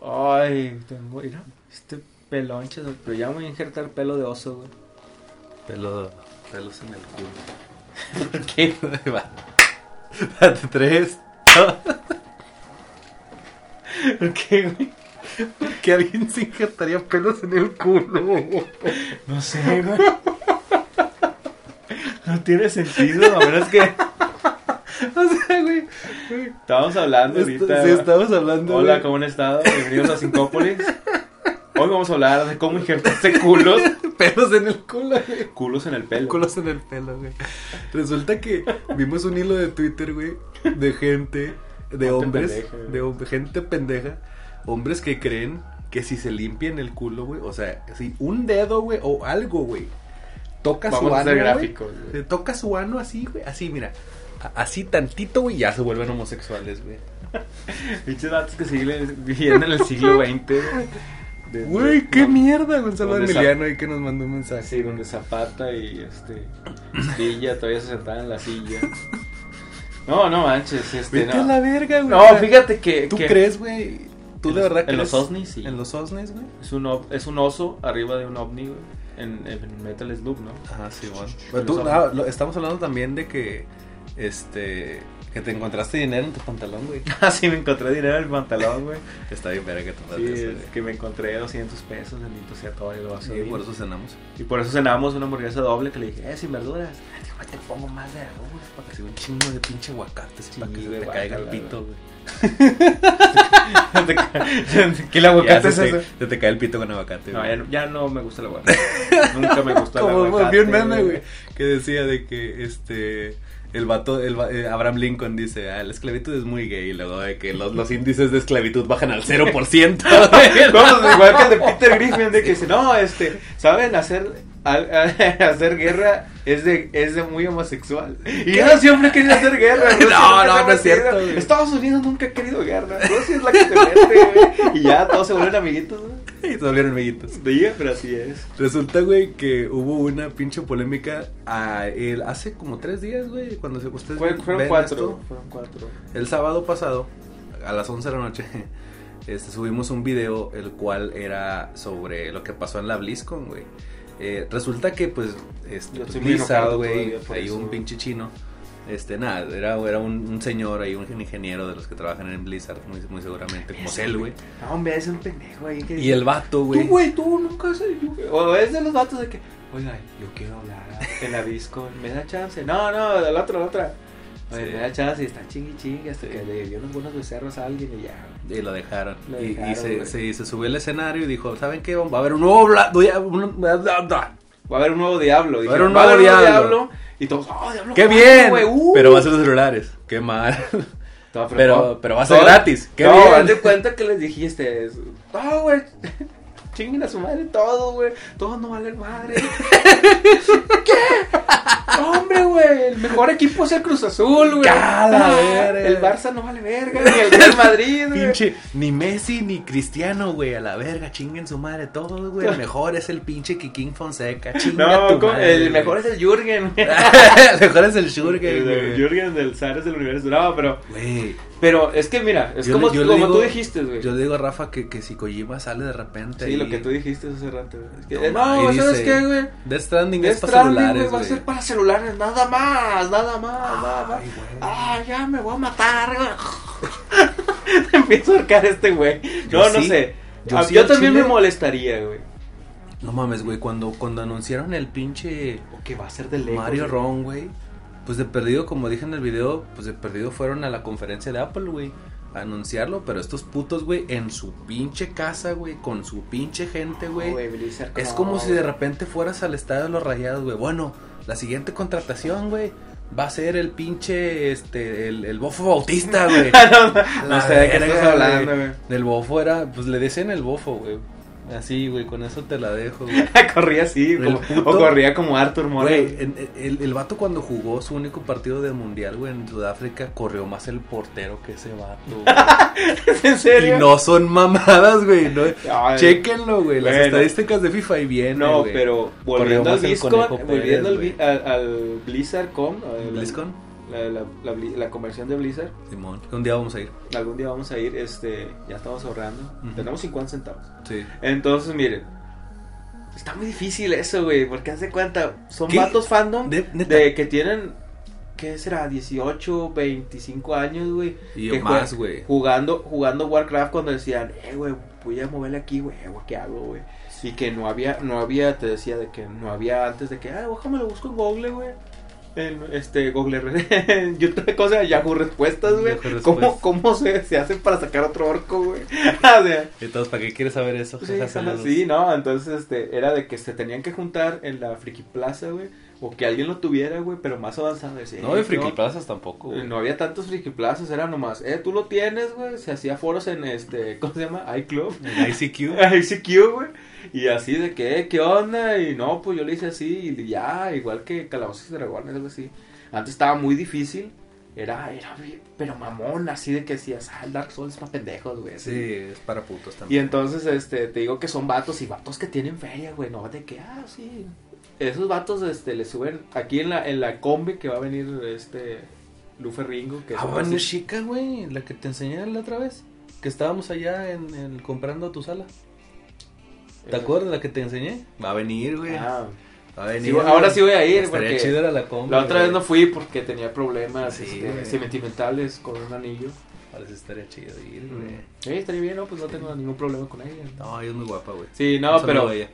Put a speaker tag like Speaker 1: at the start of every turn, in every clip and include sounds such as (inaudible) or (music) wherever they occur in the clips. Speaker 1: Ay, tengo. Mira, este pelonche, pero ya me voy a injertar pelo de oso, güey.
Speaker 2: Pelo, pelos en el culo. ¿Por (laughs) qué? güey? Va. Date tres.
Speaker 1: ¿Por qué, güey?
Speaker 2: (laughs) Que alguien se injertaría pelos en el (laughs) culo.
Speaker 1: No sé, (laughs) güey. No tiene sentido, a menos que.
Speaker 2: O sea, güey. güey,
Speaker 1: Estábamos hablando ahorita.
Speaker 2: esto- sí,
Speaker 1: güey.
Speaker 2: estamos hablando.
Speaker 1: Hola,
Speaker 2: güey.
Speaker 1: ¿cómo han estado? Bienvenidos a Sincópolis. Hoy vamos a hablar de cómo injertarse culos.
Speaker 2: (laughs) Pelos en el culo, güey.
Speaker 1: Culos en el pelo.
Speaker 2: Culos en el pelo, güey. Resulta que vimos un hilo de Twitter, güey, de gente, de
Speaker 1: Gente
Speaker 2: hombres,
Speaker 1: pendeja, güey.
Speaker 2: de hom- gente pendeja, hombres que creen que si se limpian el culo, güey, o sea, si un dedo, güey, o algo, güey, toca
Speaker 1: Vamos
Speaker 2: su
Speaker 1: a
Speaker 2: ano,
Speaker 1: hacer
Speaker 2: güey,
Speaker 1: gráficos, güey.
Speaker 2: se toca su ano así, güey, así, mira, a- así tantito, güey, ya se vuelven homosexuales, güey.
Speaker 1: Pinches datos que siguen viviendo en el siglo XX, güey. Desde-
Speaker 2: Güey, qué
Speaker 1: no,
Speaker 2: mierda, Gonzalo
Speaker 1: ¿Dónde está?
Speaker 2: Emiliano, ahí que nos mandó un mensaje.
Speaker 1: Sí, donde Zapata y este Villa todavía se sentaban en la silla. No, no manches, este
Speaker 2: Vete a
Speaker 1: no.
Speaker 2: la verga, güey.
Speaker 1: No,
Speaker 2: o sea,
Speaker 1: fíjate que,
Speaker 2: ¿Tú
Speaker 1: que
Speaker 2: crees, güey? ¿Tú
Speaker 1: En
Speaker 2: de
Speaker 1: los-
Speaker 2: verdad
Speaker 1: en
Speaker 2: crees?
Speaker 1: los ovnis, sí.
Speaker 2: En los osnis, güey.
Speaker 1: es un o- es un oso arriba de un ovni güey, en, en Metal Slug, (laughs) ¿no?
Speaker 2: Ajá, sí, bueno.
Speaker 1: Pero
Speaker 2: tú,
Speaker 1: son-
Speaker 2: ah, lo- estamos hablando también de que, este, que te encontraste dinero en tu pantalón, güey.
Speaker 1: Así Ah, me encontré dinero en el pantalón, güey.
Speaker 2: Está bien, verga que te
Speaker 1: Sí,
Speaker 2: mandaste eso,
Speaker 1: es
Speaker 2: güey.
Speaker 1: que me encontré 200 pesos en el todo y lo
Speaker 2: Sí, por eso cenamos.
Speaker 1: Y por eso cenamos una hamburguesa doble que le dije, eh, sin verduras. Ah, dijo, te pongo más de verduras (laughs) para que
Speaker 2: Así un chingo de pinche aguacate,
Speaker 1: Sí,
Speaker 2: para que se
Speaker 1: güey,
Speaker 2: te caiga el
Speaker 1: guácala,
Speaker 2: pito, güey.
Speaker 1: ¿Qué (laughs) le
Speaker 2: Ya
Speaker 1: aguacate es
Speaker 2: se, te,
Speaker 1: ese?
Speaker 2: se te cae el pito con aguacate,
Speaker 1: No,
Speaker 2: güey.
Speaker 1: ya no, ya no me gusta el (laughs) aguacate. Nunca me gustó el
Speaker 2: Como
Speaker 1: aguacate.
Speaker 2: vi un
Speaker 1: (laughs)
Speaker 2: meme, güey, que decía de que, este... El vato, el, va- eh, Abraham Lincoln dice, ah, la esclavitud es muy gay, y luego de que los, los índices de esclavitud bajan al 0%. (laughs) güey.
Speaker 1: No, igual que el de Peter Griffin, de que dice, no, este, ¿saben? Hacer, al- (laughs) a- hacer guerra es de, es de muy homosexual. Y yo siempre he querido hacer (laughs) guerra. Rusia nunca se ha
Speaker 2: No, no, no es
Speaker 1: metido.
Speaker 2: cierto, güey.
Speaker 1: Estados Unidos nunca ha querido guerra. Rusia es la que se mete, güey. Y ya todos se vuelven amiguitos, güey.
Speaker 2: y se volvieron amiguitos.
Speaker 1: Diga, pero así es.
Speaker 2: Resulta, güey, que hubo una pinche polémica a el- hace como tres días, güey, cuando se, ustedes
Speaker 1: Fue-
Speaker 2: ven
Speaker 1: fueron cuatro.
Speaker 2: esto,
Speaker 1: Fueron cuatro.
Speaker 2: el sábado pasado, a las 11 de la noche, (laughs) este, subimos un video el cual era sobre lo que pasó en la BlizzCon, güey. Eh, resulta que, pues, este,
Speaker 1: Yo
Speaker 2: pues,
Speaker 1: estoy muy
Speaker 2: Blizzard,
Speaker 1: enojado
Speaker 2: güey,
Speaker 1: todavía por
Speaker 2: hay
Speaker 1: eso,
Speaker 2: un
Speaker 1: güey.
Speaker 2: pinche chino. Este, nada, era, era un, un señor ahí, un ingeniero de los que trabajan en Blizzard, muy, muy seguramente, como él, güey.
Speaker 1: No, hombre, es un pendejo ahí que
Speaker 2: Y el vato,
Speaker 1: Tú, güey, tú nunca se... O es de los vatos de que, oiga, yo quiero hablar en la disco, me da chance. No, no, la otra, la otra. Oye,
Speaker 2: Sí.
Speaker 1: me da chance y está chingui chingui hasta que le dio unos buenos becerros a alguien y ya.
Speaker 2: Y lo dejaron.
Speaker 1: Lo
Speaker 2: y y
Speaker 1: dejaron,
Speaker 2: se,
Speaker 1: güey.
Speaker 2: se, se subió al escenario y dijo, ¿saben qué? Va a haber un nuevo... bla- doy- un- bla- bla- bla".
Speaker 1: Va a haber un nuevo diablo.
Speaker 2: haber
Speaker 1: dijeron,
Speaker 2: un
Speaker 1: Va a haber un
Speaker 2: nuevo
Speaker 1: nuevo diablo.
Speaker 2: Diablo.
Speaker 1: Y todos, oh, diablo.
Speaker 2: ¡Qué
Speaker 1: ¿cuándo,
Speaker 2: bien!
Speaker 1: güey? Uh.
Speaker 2: Pero va a ser los celulares.
Speaker 1: (laughs)
Speaker 2: ¡Qué mal!
Speaker 1: No,
Speaker 2: Pero,
Speaker 1: no.
Speaker 2: pero va a ser
Speaker 1: No,
Speaker 2: gratis. ¡Qué
Speaker 1: no, haz de
Speaker 2: bien!
Speaker 1: cuenta que les dijiste eso. No, güey. (laughs) Chinguen a su madre todo, güey. Todos no valen
Speaker 2: (laughs)
Speaker 1: madre. ¿Qué? No, hombre, güey. El mejor equipo es el Cruz Azul, güey.
Speaker 2: Cala,
Speaker 1: Ah,
Speaker 2: verga.
Speaker 1: El Barça no vale verga. Ni el Real Madrid, güey.
Speaker 2: Pinche, ni Messi ni Cristiano, güey, a la verga, chinguen su madre todos, güey.
Speaker 1: (laughs)
Speaker 2: El mejor es el pinche Kikín Fonseca, chinga
Speaker 1: No,
Speaker 2: tu
Speaker 1: ¿cómo?
Speaker 2: madre,
Speaker 1: el
Speaker 2: güey.
Speaker 1: mejor es el Jürgen.
Speaker 2: (laughs) el mejor es el
Speaker 1: El
Speaker 2: Shurgen,
Speaker 1: del
Speaker 2: güey.
Speaker 1: Jürgen del Zares del Universo. No, pero.
Speaker 2: Güey,
Speaker 1: Pero es que mira, es
Speaker 2: Yo
Speaker 1: como,
Speaker 2: le- yo le
Speaker 1: como tú
Speaker 2: digo-
Speaker 1: dijiste, güey.
Speaker 2: yo le digo a Rafa que, que si Kojima sale de repente
Speaker 1: Sí, lo
Speaker 2: y-
Speaker 1: que tú dijiste hace rato, güey. Es que- eh,
Speaker 2: No,
Speaker 1: No,
Speaker 2: y
Speaker 1: ¿sabes
Speaker 2: dice,
Speaker 1: qué, güey?
Speaker 2: Death Stranding es
Speaker 1: Death
Speaker 2: para
Speaker 1: Stranding,
Speaker 2: celulares,
Speaker 1: güey, va a
Speaker 2: güey.
Speaker 1: ser para celulares, nada más, nada más, nada más.
Speaker 2: Ay, güey.
Speaker 1: Ah, ya me voy a matar, (laughs) güey. Empiezo a ahorcar este güey.
Speaker 2: Yo
Speaker 1: No, no
Speaker 2: sí,
Speaker 1: sé.
Speaker 2: yo
Speaker 1: Ah, Yo,
Speaker 2: sí, al
Speaker 1: también
Speaker 2: chile.
Speaker 1: me molestaría, güey.
Speaker 2: No mames, güey, cuando, cuando anunciaron el pinche
Speaker 1: O que va a ser de lejos.
Speaker 2: Mario
Speaker 1: güey.
Speaker 2: Ron, güey, pues de perdido, como dije en el video, pues de perdido fueron a la conferencia de Apple, güey, a anunciarlo, pero estos putos, güey, en su pinche casa, güey, con su pinche gente,
Speaker 1: No,
Speaker 2: güey.
Speaker 1: Blizzard,
Speaker 2: es
Speaker 1: no,
Speaker 2: como
Speaker 1: (laughs)
Speaker 2: si de
Speaker 1: güey.
Speaker 2: repente fueras al estadio de los rayados, güey. Bueno, la siguiente contratación, güey, va a ser el pinche, este, el, el bofo
Speaker 1: (laughs)
Speaker 2: bautista, güey.
Speaker 1: no, no sé de qué estás
Speaker 2: Verga,
Speaker 1: hablando, güey. (laughs)
Speaker 2: El bofo era, pues le decían el bofo, güey. Así, güey, con eso te la dejo, güey.
Speaker 1: corría así,
Speaker 2: El
Speaker 1: como-
Speaker 2: puto-
Speaker 1: o corría como Arthur Morgan.
Speaker 2: Güey,
Speaker 1: (laughs)
Speaker 2: en- el, el vato cuando jugó su único partido de mundial, güey, en Sudáfrica, corrió más el portero que ese
Speaker 1: (laughs)
Speaker 2: vato. güey.
Speaker 1: ¿En serio?
Speaker 2: y no son mamadas, güey. No.
Speaker 1: Ay,
Speaker 2: Chéquenlo, güey. Las
Speaker 1: Bueno.
Speaker 2: estadísticas de FIFA y bien,
Speaker 1: No, pero volviendo al
Speaker 2: más el
Speaker 1: BlizzCon,
Speaker 2: Conejo Pérez,
Speaker 1: volviendo al,
Speaker 2: güey.
Speaker 1: Bi- al, al Blizzard.com, al-
Speaker 2: ¿BlizzCon?
Speaker 1: la, la, la, Bli- la conversión de Blizzard.
Speaker 2: Simón. Un día vamos a ir.
Speaker 1: Algún día vamos a ir, este, ya estamos ahorrando.
Speaker 2: Ujú.
Speaker 1: Tenemos 50 centavos.
Speaker 2: Sí.
Speaker 1: Entonces, miren. Está muy difícil eso, güey, porque hace cuenta, son
Speaker 2: ¿Qué?
Speaker 1: vatos fandom
Speaker 2: De-
Speaker 1: de,
Speaker 2: neta.
Speaker 1: que tienen, ¿qué será? 18, 25 años, güey.
Speaker 2: Y
Speaker 1: que
Speaker 2: más,
Speaker 1: jue-
Speaker 2: güey.
Speaker 1: Jugando, jugando Warcraft cuando decían, eh, güey, voy a moverle aquí, güey, güey, ¿qué hago, güey? Y que no había, no había, te decía de que no había antes de que, ah, déjame lo busco en Google, güey. En este Google (laughs) en YouTube, cosa de Yahoo Respuestas, güey.
Speaker 2: Yahoo
Speaker 1: ¿Cómo,
Speaker 2: Respuestas.
Speaker 1: cómo se, se hacen para sacar otro orco, güey? (laughs) o sea,
Speaker 2: (laughs) Entonces, ¿para qué quieres saber eso? (laughs)
Speaker 1: Sí,
Speaker 2: Jaja,
Speaker 1: ajá,
Speaker 2: saludos.
Speaker 1: sí, no, entonces este, era de que se tenían que juntar en la Friki Plaza, güey, o que alguien lo tuviera, güey, pero más avanzado. decía,
Speaker 2: No hay
Speaker 1: "Eh,
Speaker 2: friki plazas tampoco, güey.
Speaker 1: No había tantos Friki Plazas, era nomás, eh, tú lo tienes, güey, se hacía foros en este, ¿cómo se llama? iClub. (laughs)
Speaker 2: En ICQ.
Speaker 1: ICQ, güey. Y así de que, "Eh, ¿qué onda? Y no, pues yo le hice así, y ya, igual que Calabozos y Dragones, algo así. Antes estaba muy difícil, era, era, bien- pero mamón, así de que decías, ah, el Dark Souls es para pendejos, güey. así.
Speaker 2: Sí, es para putos
Speaker 1: Y
Speaker 2: también.
Speaker 1: entonces, este, te digo que son vatos y vatos que tienen feria, güey, no de que, ah, sí. Esos vatos, este, le suben aquí en la, en la combi que va a venir, este, Lufe Ringo, que
Speaker 2: Ah,
Speaker 1: son
Speaker 2: bueno,
Speaker 1: así-
Speaker 2: chica, güey, la que te enseñé la otra vez. Que estábamos allá en, en- comprando tu sala. ¿Te acuerdas la que te enseñé? Va a venir, güey.
Speaker 1: Ah,
Speaker 2: Va a venir.
Speaker 1: sí, güey, ahora sí voy a ir,
Speaker 2: Estaría
Speaker 1: porque
Speaker 2: chido era la combi.
Speaker 1: la otra
Speaker 2: güey.
Speaker 1: vez no fui porque tenía problemas
Speaker 2: Sí,
Speaker 1: este,
Speaker 2: güey.
Speaker 1: sentimentales con un anillo.
Speaker 2: Ahora sí estaría chido ir, güey.
Speaker 1: Eh, estaría bien, ¿no? Pues no tengo ningún problema con ella.
Speaker 2: No, ella es muy guapa, güey.
Speaker 1: Sí,
Speaker 2: Un
Speaker 1: no,
Speaker 2: saludo
Speaker 1: pero,
Speaker 2: a ella.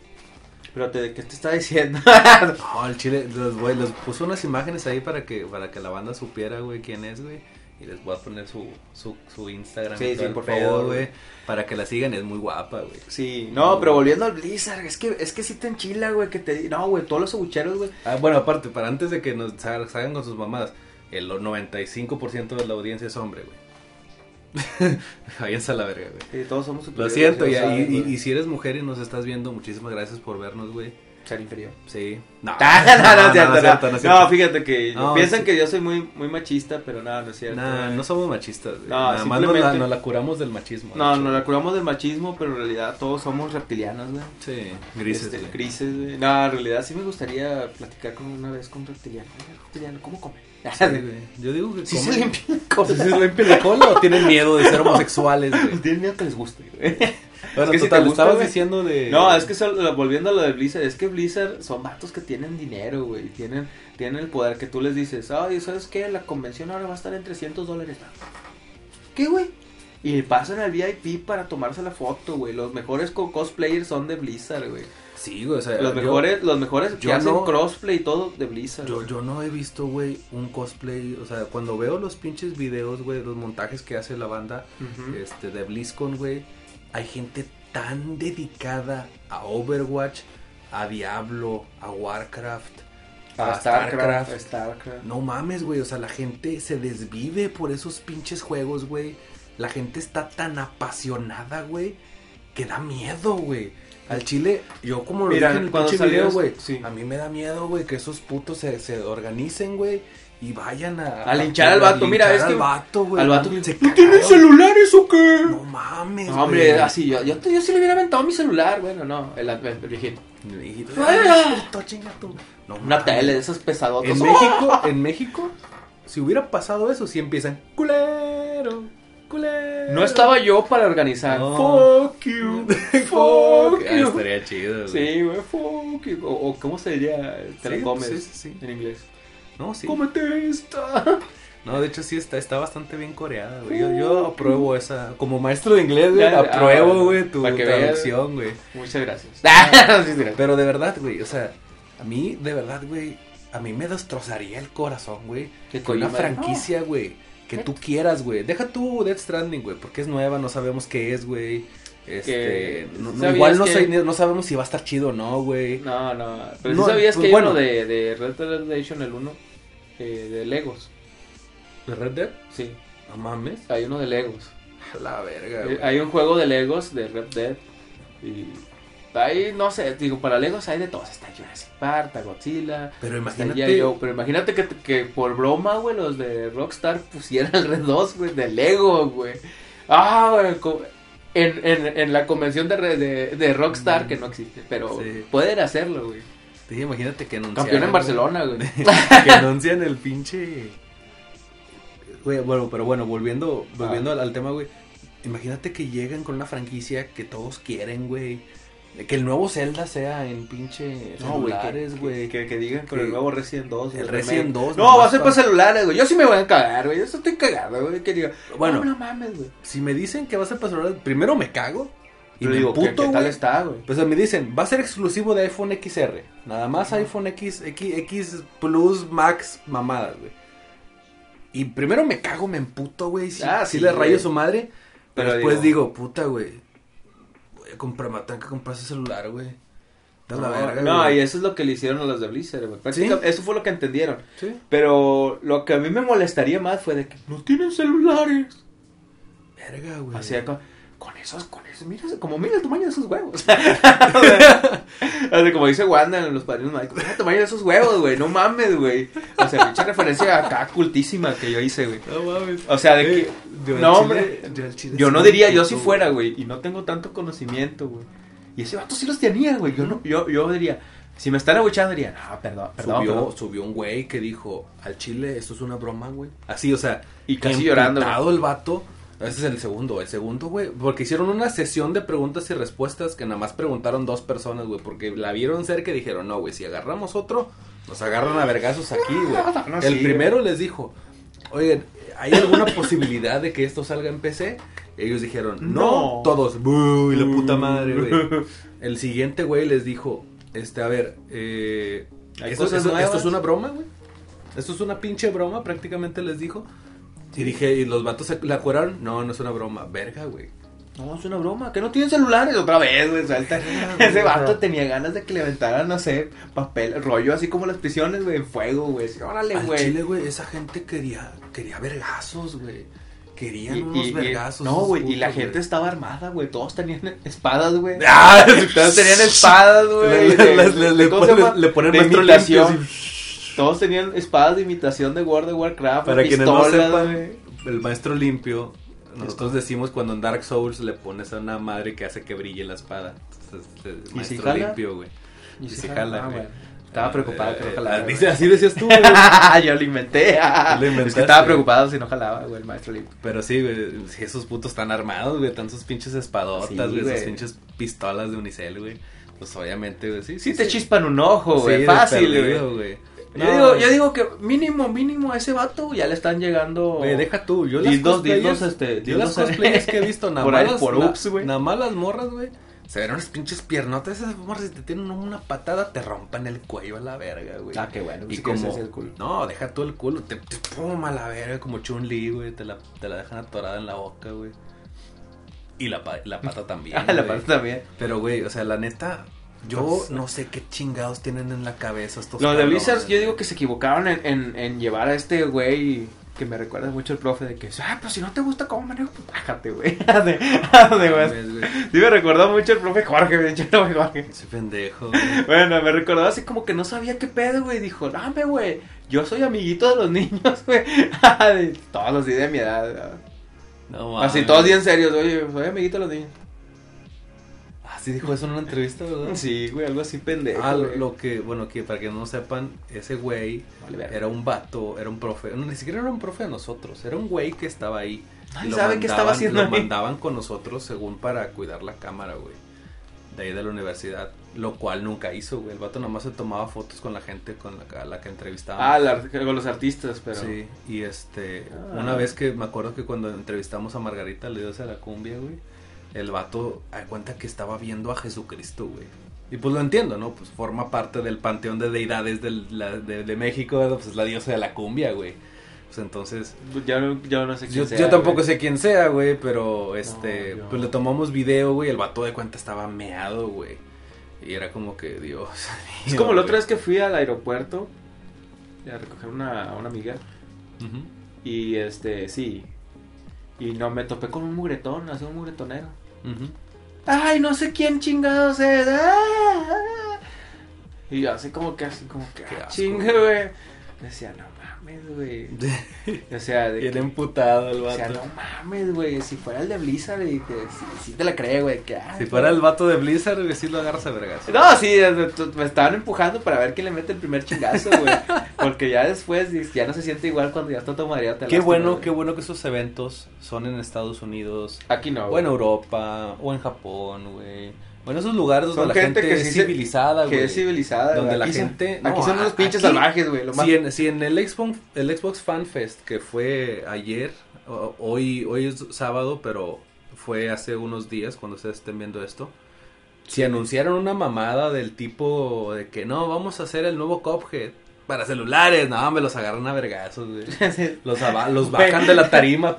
Speaker 1: pero te, ¿qué te está diciendo? (laughs)
Speaker 2: No, el chile, los, güey, les puse unas imágenes ahí para que, para que la banda supiera, güey, quién es, güey. Y les voy a poner su, su, su Instagram.
Speaker 1: Sí,
Speaker 2: y todo
Speaker 1: sí,
Speaker 2: el
Speaker 1: por
Speaker 2: pedo,
Speaker 1: favor,
Speaker 2: güey.
Speaker 1: güey.
Speaker 2: Para que la sigan, es muy guapa, güey.
Speaker 1: Sí, no, pero volviendo al Blizzard, es que, es que sí te enchila, güey, que te... di- No, güey, todos los agucheros, güey.
Speaker 2: Ah, bueno, aparte, para antes de que nos sa- salgan con sus mamadas, el 95% de la audiencia es hombre, güey. (laughs) Váyanse a la verga, güey.
Speaker 1: Sí, eh, todos somos
Speaker 2: Lo
Speaker 1: superiores.
Speaker 2: siento,
Speaker 1: ya
Speaker 2: y,
Speaker 1: lo
Speaker 2: y-
Speaker 1: sabes,
Speaker 2: y-
Speaker 1: güey.
Speaker 2: y si eres mujer y nos estás viendo, muchísimas gracias por vernos, güey.
Speaker 1: (laughs) Ser
Speaker 2: (laughs)
Speaker 1: inferior. (laughs)
Speaker 2: Sí. No,
Speaker 1: no, no, es cierto, no.
Speaker 2: cierto, es cierto.
Speaker 1: No, fíjate que
Speaker 2: No,
Speaker 1: piensan
Speaker 2: sí.
Speaker 1: que yo soy muy, muy machista, pero nada, no es cierto.
Speaker 2: Nah, no somos machistas, güey.
Speaker 1: No,
Speaker 2: Nada más nos la,
Speaker 1: simplemente-
Speaker 2: nos la curamos del machismo.
Speaker 1: No,
Speaker 2: de hecho.
Speaker 1: nos la curamos del machismo, pero en realidad todos somos reptilianos, güey.
Speaker 2: Sí, grises,
Speaker 1: Este,
Speaker 2: güey.
Speaker 1: grises, güey. No, en realidad sí me gustaría platicar con una vez con un reptiliano. Oiga, reptiliano, ¿cómo come? (laughs)
Speaker 2: Sí, güey. Yo digo que
Speaker 1: Sí
Speaker 2: comen-
Speaker 1: se limpia la
Speaker 2: (laughs) ¿Sí
Speaker 1: cola.
Speaker 2: se limpia la cola o tienen miedo de
Speaker 1: (laughs)
Speaker 2: ser homosexuales, güey.
Speaker 1: Tienen Pues miedo que les guste, güey.
Speaker 2: Bueno,
Speaker 1: que si
Speaker 2: total,
Speaker 1: te gusta,
Speaker 2: estabas
Speaker 1: güey.
Speaker 2: diciendo
Speaker 1: (laughs)
Speaker 2: de...
Speaker 1: No, es que solo- volviendo a lo de Blizzard, es que Blizzard son vatos que tienen dinero, güey. Tienen, tienen el poder que tú les dices, ay, ¿sabes qué? La convención ahora va a estar en 300 dólares. ¿Qué, güey? Y pasan al VIP para tomarse la foto, güey. Los mejores co- cosplayers son de Blizzard, güey.
Speaker 2: Sí, güey, o sea...
Speaker 1: Los
Speaker 2: yo-
Speaker 1: mejores, los mejores que
Speaker 2: yo
Speaker 1: hacen
Speaker 2: no-
Speaker 1: crossplay y todo de Blizzard.
Speaker 2: Yo,
Speaker 1: güey.
Speaker 2: yo no he visto, güey, un cosplay. O sea, cuando veo los pinches videos, güey, los montajes que hace la banda
Speaker 1: Ujú.
Speaker 2: este, de BlizzCon, güey, hay gente tan dedicada a Overwatch, a Diablo, a Warcraft,
Speaker 1: Ah,
Speaker 2: a
Speaker 1: Starcraft,
Speaker 2: StarCraft.
Speaker 1: Starcraft.
Speaker 2: No mames, güey. O sea, la gente se desvive por esos pinches juegos, güey. La gente está tan apasionada, güey, que da miedo, güey. Al chile, yo como lo
Speaker 1: Mira,
Speaker 2: dije en el
Speaker 1: cuando
Speaker 2: pinche
Speaker 1: salió
Speaker 2: video,
Speaker 1: esto-
Speaker 2: güey.
Speaker 1: sí.
Speaker 2: A mí me da miedo, güey, que esos putos se, se organicen, güey. Y vayan a...
Speaker 1: A linchar al vato, mira,
Speaker 2: linchar
Speaker 1: es que-
Speaker 2: Al vato, güey.
Speaker 1: al vato
Speaker 2: no,
Speaker 1: que
Speaker 2: se
Speaker 1: dice, ¿tú tienes
Speaker 2: cagaron.
Speaker 1: celulares o qué?
Speaker 2: No mames,
Speaker 1: No, hombre,
Speaker 2: güey.
Speaker 1: así, yo, yo, yo sí le hubiera aventado mi celular, bueno, no, el- el- el viejito.
Speaker 2: Y-
Speaker 1: Ah.
Speaker 2: Puto, chinga tu- No
Speaker 1: Una
Speaker 2: mames.
Speaker 1: tele de esas pesadotas.
Speaker 2: En (laughs) México, en México, si hubiera pasado eso, sí empiezan culero, culero.
Speaker 1: No
Speaker 2: (laughs)
Speaker 1: estaba yo para organizar.
Speaker 2: No.
Speaker 1: Fuck
Speaker 2: (laughs)
Speaker 1: you. Fuck
Speaker 2: Ah,
Speaker 1: you.
Speaker 2: estaría chido. güey.
Speaker 1: Sí, güey, fuck you. O, o, cómo se diría, te
Speaker 2: Sí,
Speaker 1: la comes
Speaker 2: sí, sí, sí.
Speaker 1: en inglés.
Speaker 2: No, sí.
Speaker 1: Cómete
Speaker 2: (laughs)
Speaker 1: esta.
Speaker 2: No, de hecho sí está, está bastante bien coreada, güey. Yo, yo apruebo esa. Como maestro de inglés, güey,
Speaker 1: Ya, ah,
Speaker 2: apruebo,
Speaker 1: bueno,
Speaker 2: güey, tu
Speaker 1: para que veas.
Speaker 2: traducción, güey.
Speaker 1: Muchas
Speaker 2: (laughs)
Speaker 1: gracias.
Speaker 2: Ah,
Speaker 1: Muchas gracias.
Speaker 2: Pero de verdad, güey, o sea, a mí, de verdad, güey, a mí me destrozaría el corazón, güey.
Speaker 1: Que
Speaker 2: Con una
Speaker 1: Kojima-
Speaker 2: franquicia, güey, que tú quieras, güey. Deja tú Death Stranding, güey, porque es nueva, no sabemos qué es, güey. Este,
Speaker 1: Que-
Speaker 2: no- no-
Speaker 1: ¿sabías
Speaker 2: igual no,
Speaker 1: que-
Speaker 2: sé- no sabemos si va a estar chido o no, güey.
Speaker 1: No, no. Pero
Speaker 2: No,
Speaker 1: ¿sí sabías
Speaker 2: pues
Speaker 1: que
Speaker 2: bueno.
Speaker 1: hay uno de, de Red Dead Redemption, el 1, eh, de Legos.
Speaker 2: ¿De Red Dead?
Speaker 1: Sí,
Speaker 2: No mames.
Speaker 1: hay uno de Legos.
Speaker 2: A la verga,
Speaker 1: Eh,
Speaker 2: Ah, güey.
Speaker 1: Hay un juego de Legos de Red Dead. Y ahí, no sé, digo, para Legos hay de todos. Está Jurassic Park, está Godzilla.
Speaker 2: Pero
Speaker 1: está
Speaker 2: imagínate.
Speaker 1: G.I. Joe, pero imagínate que, que por broma, güey, los de Rockstar pusieran (laughs) el Red 2, güey, de Lego, güey. Ah, güey, co- en, en, en la convención de, re- de, de Rockstar, que no existe, pero
Speaker 2: Sí.
Speaker 1: pueden hacerlo, güey.
Speaker 2: Sí, imagínate que anuncian. (laughs)
Speaker 1: Campeón en Barcelona, güey.
Speaker 2: que anuncian el pinche. Güey, bueno, pero bueno, volviendo,
Speaker 1: Ah.
Speaker 2: volviendo al, al tema, güey. Imagínate que llegan con una franquicia que todos quieren, güey. Que el nuevo Zelda sea en pinche
Speaker 1: No, güey, que,
Speaker 2: celulares, güey.
Speaker 1: que- que digan con
Speaker 2: Que-
Speaker 1: el nuevo Resident 2.
Speaker 2: el
Speaker 1: remake.
Speaker 2: Resident 2,
Speaker 1: No,
Speaker 2: nomás
Speaker 1: va a ser para
Speaker 2: para-
Speaker 1: celulares, güey. Yo sí me voy a cagar, güey. Yo sí estoy cagado, güey. Que diga,
Speaker 2: Bueno.
Speaker 1: bueno, no mames, güey.
Speaker 2: Si me dicen que va a ser para celulares, primero me cago. Y
Speaker 1: Yo
Speaker 2: me
Speaker 1: digo, ¿qué,
Speaker 2: emputo,
Speaker 1: qué tal
Speaker 2: güey.
Speaker 1: está, güey?
Speaker 2: Pues me dicen, va a ser exclusivo de iPhone XR. Nada más iPhone X, X, X Plus Max mamadas, güey. Y primero me cago, me emputo, güey. Sí,
Speaker 1: Ah,
Speaker 2: sí
Speaker 1: sí,
Speaker 2: le
Speaker 1: güey.
Speaker 2: rayo su madre. Pero
Speaker 1: Pero
Speaker 2: después
Speaker 1: digo-
Speaker 2: digo, puta, güey. Voy a comprar, me tengo que comprar ese celular, güey. Da la
Speaker 1: no,
Speaker 2: verga,
Speaker 1: no,
Speaker 2: güey.
Speaker 1: y eso es lo que le hicieron a los de Blizzard, güey. Prácticamente, Eso fue lo que entendieron.
Speaker 2: Sí.
Speaker 1: Pero lo que a mí me molestaría más fue de que no tienen celulares.
Speaker 2: Verga, güey.
Speaker 1: Así acá, con esos, con esos, mira, como mira el tamaño de esos huevos. (laughs) O sea, así como dice Wanda en los padrinos mágicos, mira el tamaño de esos huevos, güey, no mames, güey. O sea, mucha referencia acá cultísima que yo hice, güey.
Speaker 2: No mames.
Speaker 1: O sea, de que,
Speaker 2: Eh, yo al
Speaker 1: no,
Speaker 2: chile-
Speaker 1: hombre,
Speaker 2: yo al chile
Speaker 1: yo
Speaker 2: sí
Speaker 1: no
Speaker 2: me
Speaker 1: diría, yo si
Speaker 2: emputo,
Speaker 1: fuera,
Speaker 2: güey.
Speaker 1: güey, y no tengo tanto conocimiento, güey. Y ese vato sí los tenía, güey, yo no, yo, yo diría, si me están abuchando diría, no, perdón, perdón,
Speaker 2: subió,
Speaker 1: perdón.
Speaker 2: subió un güey que dijo, al chile, esto es una broma, güey. Así, o sea,
Speaker 1: Y casi llorando,
Speaker 2: emputado el vato. Ese es el segundo, el segundo, güey. Porque hicieron una sesión de preguntas y respuestas que nada más preguntaron dos personas, güey. Porque la vieron cerca y dijeron, no, güey, si agarramos otro, nos agarran a vergazos aquí, güey.
Speaker 1: No,
Speaker 2: el
Speaker 1: sí,
Speaker 2: primero les dijo, oigan, ¿hay alguna posibilidad de que esto salga en PC? Ellos dijeron, no,
Speaker 1: No.
Speaker 2: todos, "Buh, y la puta madre,
Speaker 1: (laughs)
Speaker 2: güey. El siguiente güey les dijo, este, a ver, eh,
Speaker 1: Hay
Speaker 2: esto,
Speaker 1: cosas
Speaker 2: esto-
Speaker 1: nuevas.
Speaker 2: esto es una broma, güey. Esto es una pinche broma, prácticamente les dijo. Y dije, ¿y los vatos se la curaron? No, no es una broma, verga, güey.
Speaker 1: No, es una broma, que no tienen celulares otra vez, güey,
Speaker 2: (laughs)
Speaker 1: salta. Ese vato tenía ganas de que le aventaran, no sé, papel, rollo así como las prisiones, güey, en fuego, güey. así, órale,
Speaker 2: Al
Speaker 1: güey.
Speaker 2: chile, güey, esa gente quería, quería vergazos, güey. Querían
Speaker 1: Y-
Speaker 2: unos
Speaker 1: y- y-
Speaker 2: vergazos.
Speaker 1: no,
Speaker 2: esos
Speaker 1: güey, y la
Speaker 2: putos, güey.
Speaker 1: gente estaba armada, güey. Todos tenían (laughs) espadas, güey.
Speaker 2: (laughs) ¡Ah!
Speaker 1: (laughs) Todos tenían espadas, güey.
Speaker 2: Le-
Speaker 1: de-
Speaker 2: le- le- le
Speaker 1: ¿cómo se
Speaker 2: ponen-
Speaker 1: llama?
Speaker 2: le ponen
Speaker 1: De
Speaker 2: maestro
Speaker 1: imitación.
Speaker 2: limpio,
Speaker 1: Todos tenían espadas de imitación de World of Warcraft,
Speaker 2: Para quienes no
Speaker 1: pistolas,
Speaker 2: sepan,
Speaker 1: güey.
Speaker 2: el maestro limpio, nosotros decimos cuando en Dark Souls le pones a una madre que hace que brille la espada. Entonces, el
Speaker 1: si
Speaker 2: maestro
Speaker 1: jala?
Speaker 2: limpio, güey.
Speaker 1: Y
Speaker 2: se jala, güey.
Speaker 1: Ah, Estaba preocupado que
Speaker 2: Eh,
Speaker 1: no
Speaker 2: eh,
Speaker 1: jalaba.
Speaker 2: dice-
Speaker 1: güey.
Speaker 2: Así decías tú, güey.
Speaker 1: (laughs) Yo lo inventé.
Speaker 2: Lo
Speaker 1: Es
Speaker 2: inventaste.
Speaker 1: que estaba preocupado si no jalaba, güey, el maestro limpio.
Speaker 2: (laughs) Pero sí, güey, sí, esos putos están armados, güey, están sus pinches espadotas,
Speaker 1: Sí,
Speaker 2: güey,
Speaker 1: güey.
Speaker 2: sus pinches pistolas de unicel, güey. Pues obviamente, güey, sí.
Speaker 1: Sí, te chispan un ojo, güey.
Speaker 2: Sí,
Speaker 1: fácil,
Speaker 2: de
Speaker 1: güey.
Speaker 2: perdido, güey.
Speaker 1: yo, digo, yo
Speaker 2: güey.
Speaker 1: digo que mínimo, mínimo a ese vato ya le están llegando.
Speaker 2: Güey, deja tú, yo las
Speaker 1: Dildos,
Speaker 2: cosplayers,
Speaker 1: dildos, este,
Speaker 2: yo las
Speaker 1: dildos.
Speaker 2: cosplayers que
Speaker 1: (laughs)
Speaker 2: he visto, nada
Speaker 1: Por
Speaker 2: más
Speaker 1: ahí,
Speaker 2: las,
Speaker 1: por
Speaker 2: na-
Speaker 1: ups, güey.
Speaker 2: nada más las morras, güey, se ven unas pinches piernotas, esas morras si te tienen una patada, te rompan el cuello a la verga, güey.
Speaker 1: Ah, qué bueno. sí
Speaker 2: Y
Speaker 1: que
Speaker 2: como,
Speaker 1: ese es el culo.
Speaker 2: no, deja tú el culo, te, te pum a la verga, como Chun-Li, güey, te la, te la dejan atorada en la boca, güey. Y la, pa- la pata también,
Speaker 1: (laughs) Ah, la Pues,
Speaker 2: güey.
Speaker 1: parte también.
Speaker 2: Pero, güey, o sea, la neta, yo no sé qué chingados tienen en la cabeza estos
Speaker 1: Los de
Speaker 2: cabrones,
Speaker 1: Blizzard, yo
Speaker 2: güey. (laughs)
Speaker 1: digo que se equivocaron en, en, en llevar a este güey que me recuerda mucho el profe de que, ah, pues si no te gusta cómo manejo, pues bájate, güey. (laughs) Hazte- hazte, güey.
Speaker 2: Mames, güey.
Speaker 1: Sí, me recordó mucho el profe Jorge, de hecho, no, Jorge.
Speaker 2: Ese pendejo, güey.
Speaker 1: Bueno, me recordó así como que no sabía qué pedo, güey. Dijo, dame, güey. Yo soy amiguito de los niños, (laughs) güey. De todos así de mi edad. ¿no? (laughs)
Speaker 2: No
Speaker 1: Así
Speaker 2: mames.
Speaker 1: todos bien serios, oye, soy amiguito de los niños. (laughs)
Speaker 2: Así dijo eso en una entrevista, ¿verdad?
Speaker 1: Sí, güey, algo así pendejo.
Speaker 2: Ah, lo,
Speaker 1: güey.
Speaker 2: lo que, bueno, que para que no sepan, ese güey
Speaker 1: Vale, verga.
Speaker 2: era un vato, era un profe, no, ni siquiera era un profe de nosotros, era un güey que estaba ahí.
Speaker 1: Ay,
Speaker 2: Y lo
Speaker 1: ¿sabe qué estaba
Speaker 2: mandaban-
Speaker 1: haciendo
Speaker 2: Lo
Speaker 1: ahí?
Speaker 2: mandaban con nosotros según para cuidar la cámara, güey. De ahí de la universidad, lo cual nunca hizo, güey. El vato nomás se tomaba fotos con la gente con la, que- a la que entrevistaban.
Speaker 1: Ah, la- con los artistas, pero.
Speaker 2: Sí, y este,
Speaker 1: Ah.
Speaker 2: una vez que me acuerdo que cuando entrevistamos a Margarita le dio a la cumbia, güey, el vato a cuenta que estaba viendo a Jesucristo, güey. Y pues lo entiendo, ¿no? Pues forma parte del panteón de deidades del- la- de, de México, ¿verdad? pues la diosa de la cumbia, güey. Pues entonces,
Speaker 1: Ya no, ya no sé quién
Speaker 2: yo,
Speaker 1: sea,
Speaker 2: yo tampoco
Speaker 1: güey.
Speaker 2: sé quién sea, güey, pero este,
Speaker 1: yo-
Speaker 2: pues le tomamos video, güey, el vato de cuenta estaba meado, güey. Y era como que, (laughs) Dios.
Speaker 1: Es
Speaker 2: mío,
Speaker 1: como la otra
Speaker 2: güey.
Speaker 1: vez que fui al aeropuerto a recoger una, a una amiga.
Speaker 2: Ujú.
Speaker 1: Y este, sí. Y no, me topé con un mugretón, así un mugretonero.
Speaker 2: Ujú.
Speaker 1: Ay, no sé quién chingados es. ah, ah". Y yo así como que, así como que,
Speaker 2: Qué
Speaker 1: ah,
Speaker 2: asco,
Speaker 1: chinga,
Speaker 2: güey.
Speaker 1: güey. decía, no mames, güey. O sea, de
Speaker 2: (laughs) Bien
Speaker 1: que-
Speaker 2: emputado el
Speaker 1: o sea,
Speaker 2: vato.
Speaker 1: no mames, güey. Si fuera el de Blizzard, y que sí, sí te la cree, güey. Que, ah,
Speaker 2: Si fuera el vato de Blizzard, güey, sí lo agarras a vergas.
Speaker 1: No, sí, es- tu- me estaban empujando para ver quién le mete el primer chingazo,
Speaker 2: (laughs)
Speaker 1: güey. Porque ya después dices, ya no se siente igual cuando ya está todo madreado. te
Speaker 2: Qué
Speaker 1: lastima,
Speaker 2: bueno,
Speaker 1: güey.
Speaker 2: qué bueno que esos eventos son en Estados Unidos,
Speaker 1: Aquí no.
Speaker 2: o
Speaker 1: güey.
Speaker 2: en Europa, o en Japón, güey. Bueno, esos lugares donde
Speaker 1: Son
Speaker 2: la gente,
Speaker 1: gente que
Speaker 2: es
Speaker 1: sí se-
Speaker 2: civilizada, güey.
Speaker 1: que es civilizada.
Speaker 2: Donde
Speaker 1: güey.
Speaker 2: la
Speaker 1: Aquí son-
Speaker 2: gente-
Speaker 1: aquí
Speaker 2: no,
Speaker 1: son
Speaker 2: a-
Speaker 1: unos pinches
Speaker 2: aquí-
Speaker 1: salvajes, güey. Lo más.
Speaker 2: Si en, si en el, Xbox, el Xbox Fan Fest, que fue ayer, o- hoy, hoy es sábado, pero fue hace unos días cuando ustedes estén viendo esto, si anunciaron una mamada del tipo de que no, vamos a hacer el nuevo Cuphead para celulares, no, me los agarran a vergazos, güey.
Speaker 1: (laughs)
Speaker 2: Los, aba- los
Speaker 1: Güey.
Speaker 2: bajan de la tarima, a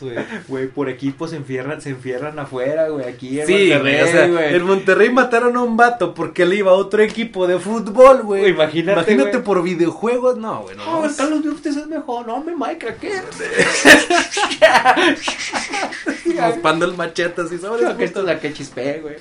Speaker 1: (laughs)
Speaker 2: güey.
Speaker 1: Güey, por equipos se enfierran, se enfierran afuera, güey. Aquí en
Speaker 2: Sí, güey,
Speaker 1: Monterrey,
Speaker 2: o sea,
Speaker 1: güey.
Speaker 2: en Monterrey mataron a un vato porque le iba a otro equipo de fútbol,
Speaker 1: Güey,
Speaker 2: güey.
Speaker 1: imagínate, güey.
Speaker 2: por videojuegos, no, güey, no.
Speaker 1: No, el Ah, Carlos Duty es mejor. No, me Minecraft,
Speaker 2: (laughs)
Speaker 1: ¿qué? (laughs)
Speaker 2: raspando el machete así, ¿sabes?
Speaker 1: (laughs) que esto es la que chispé, güey.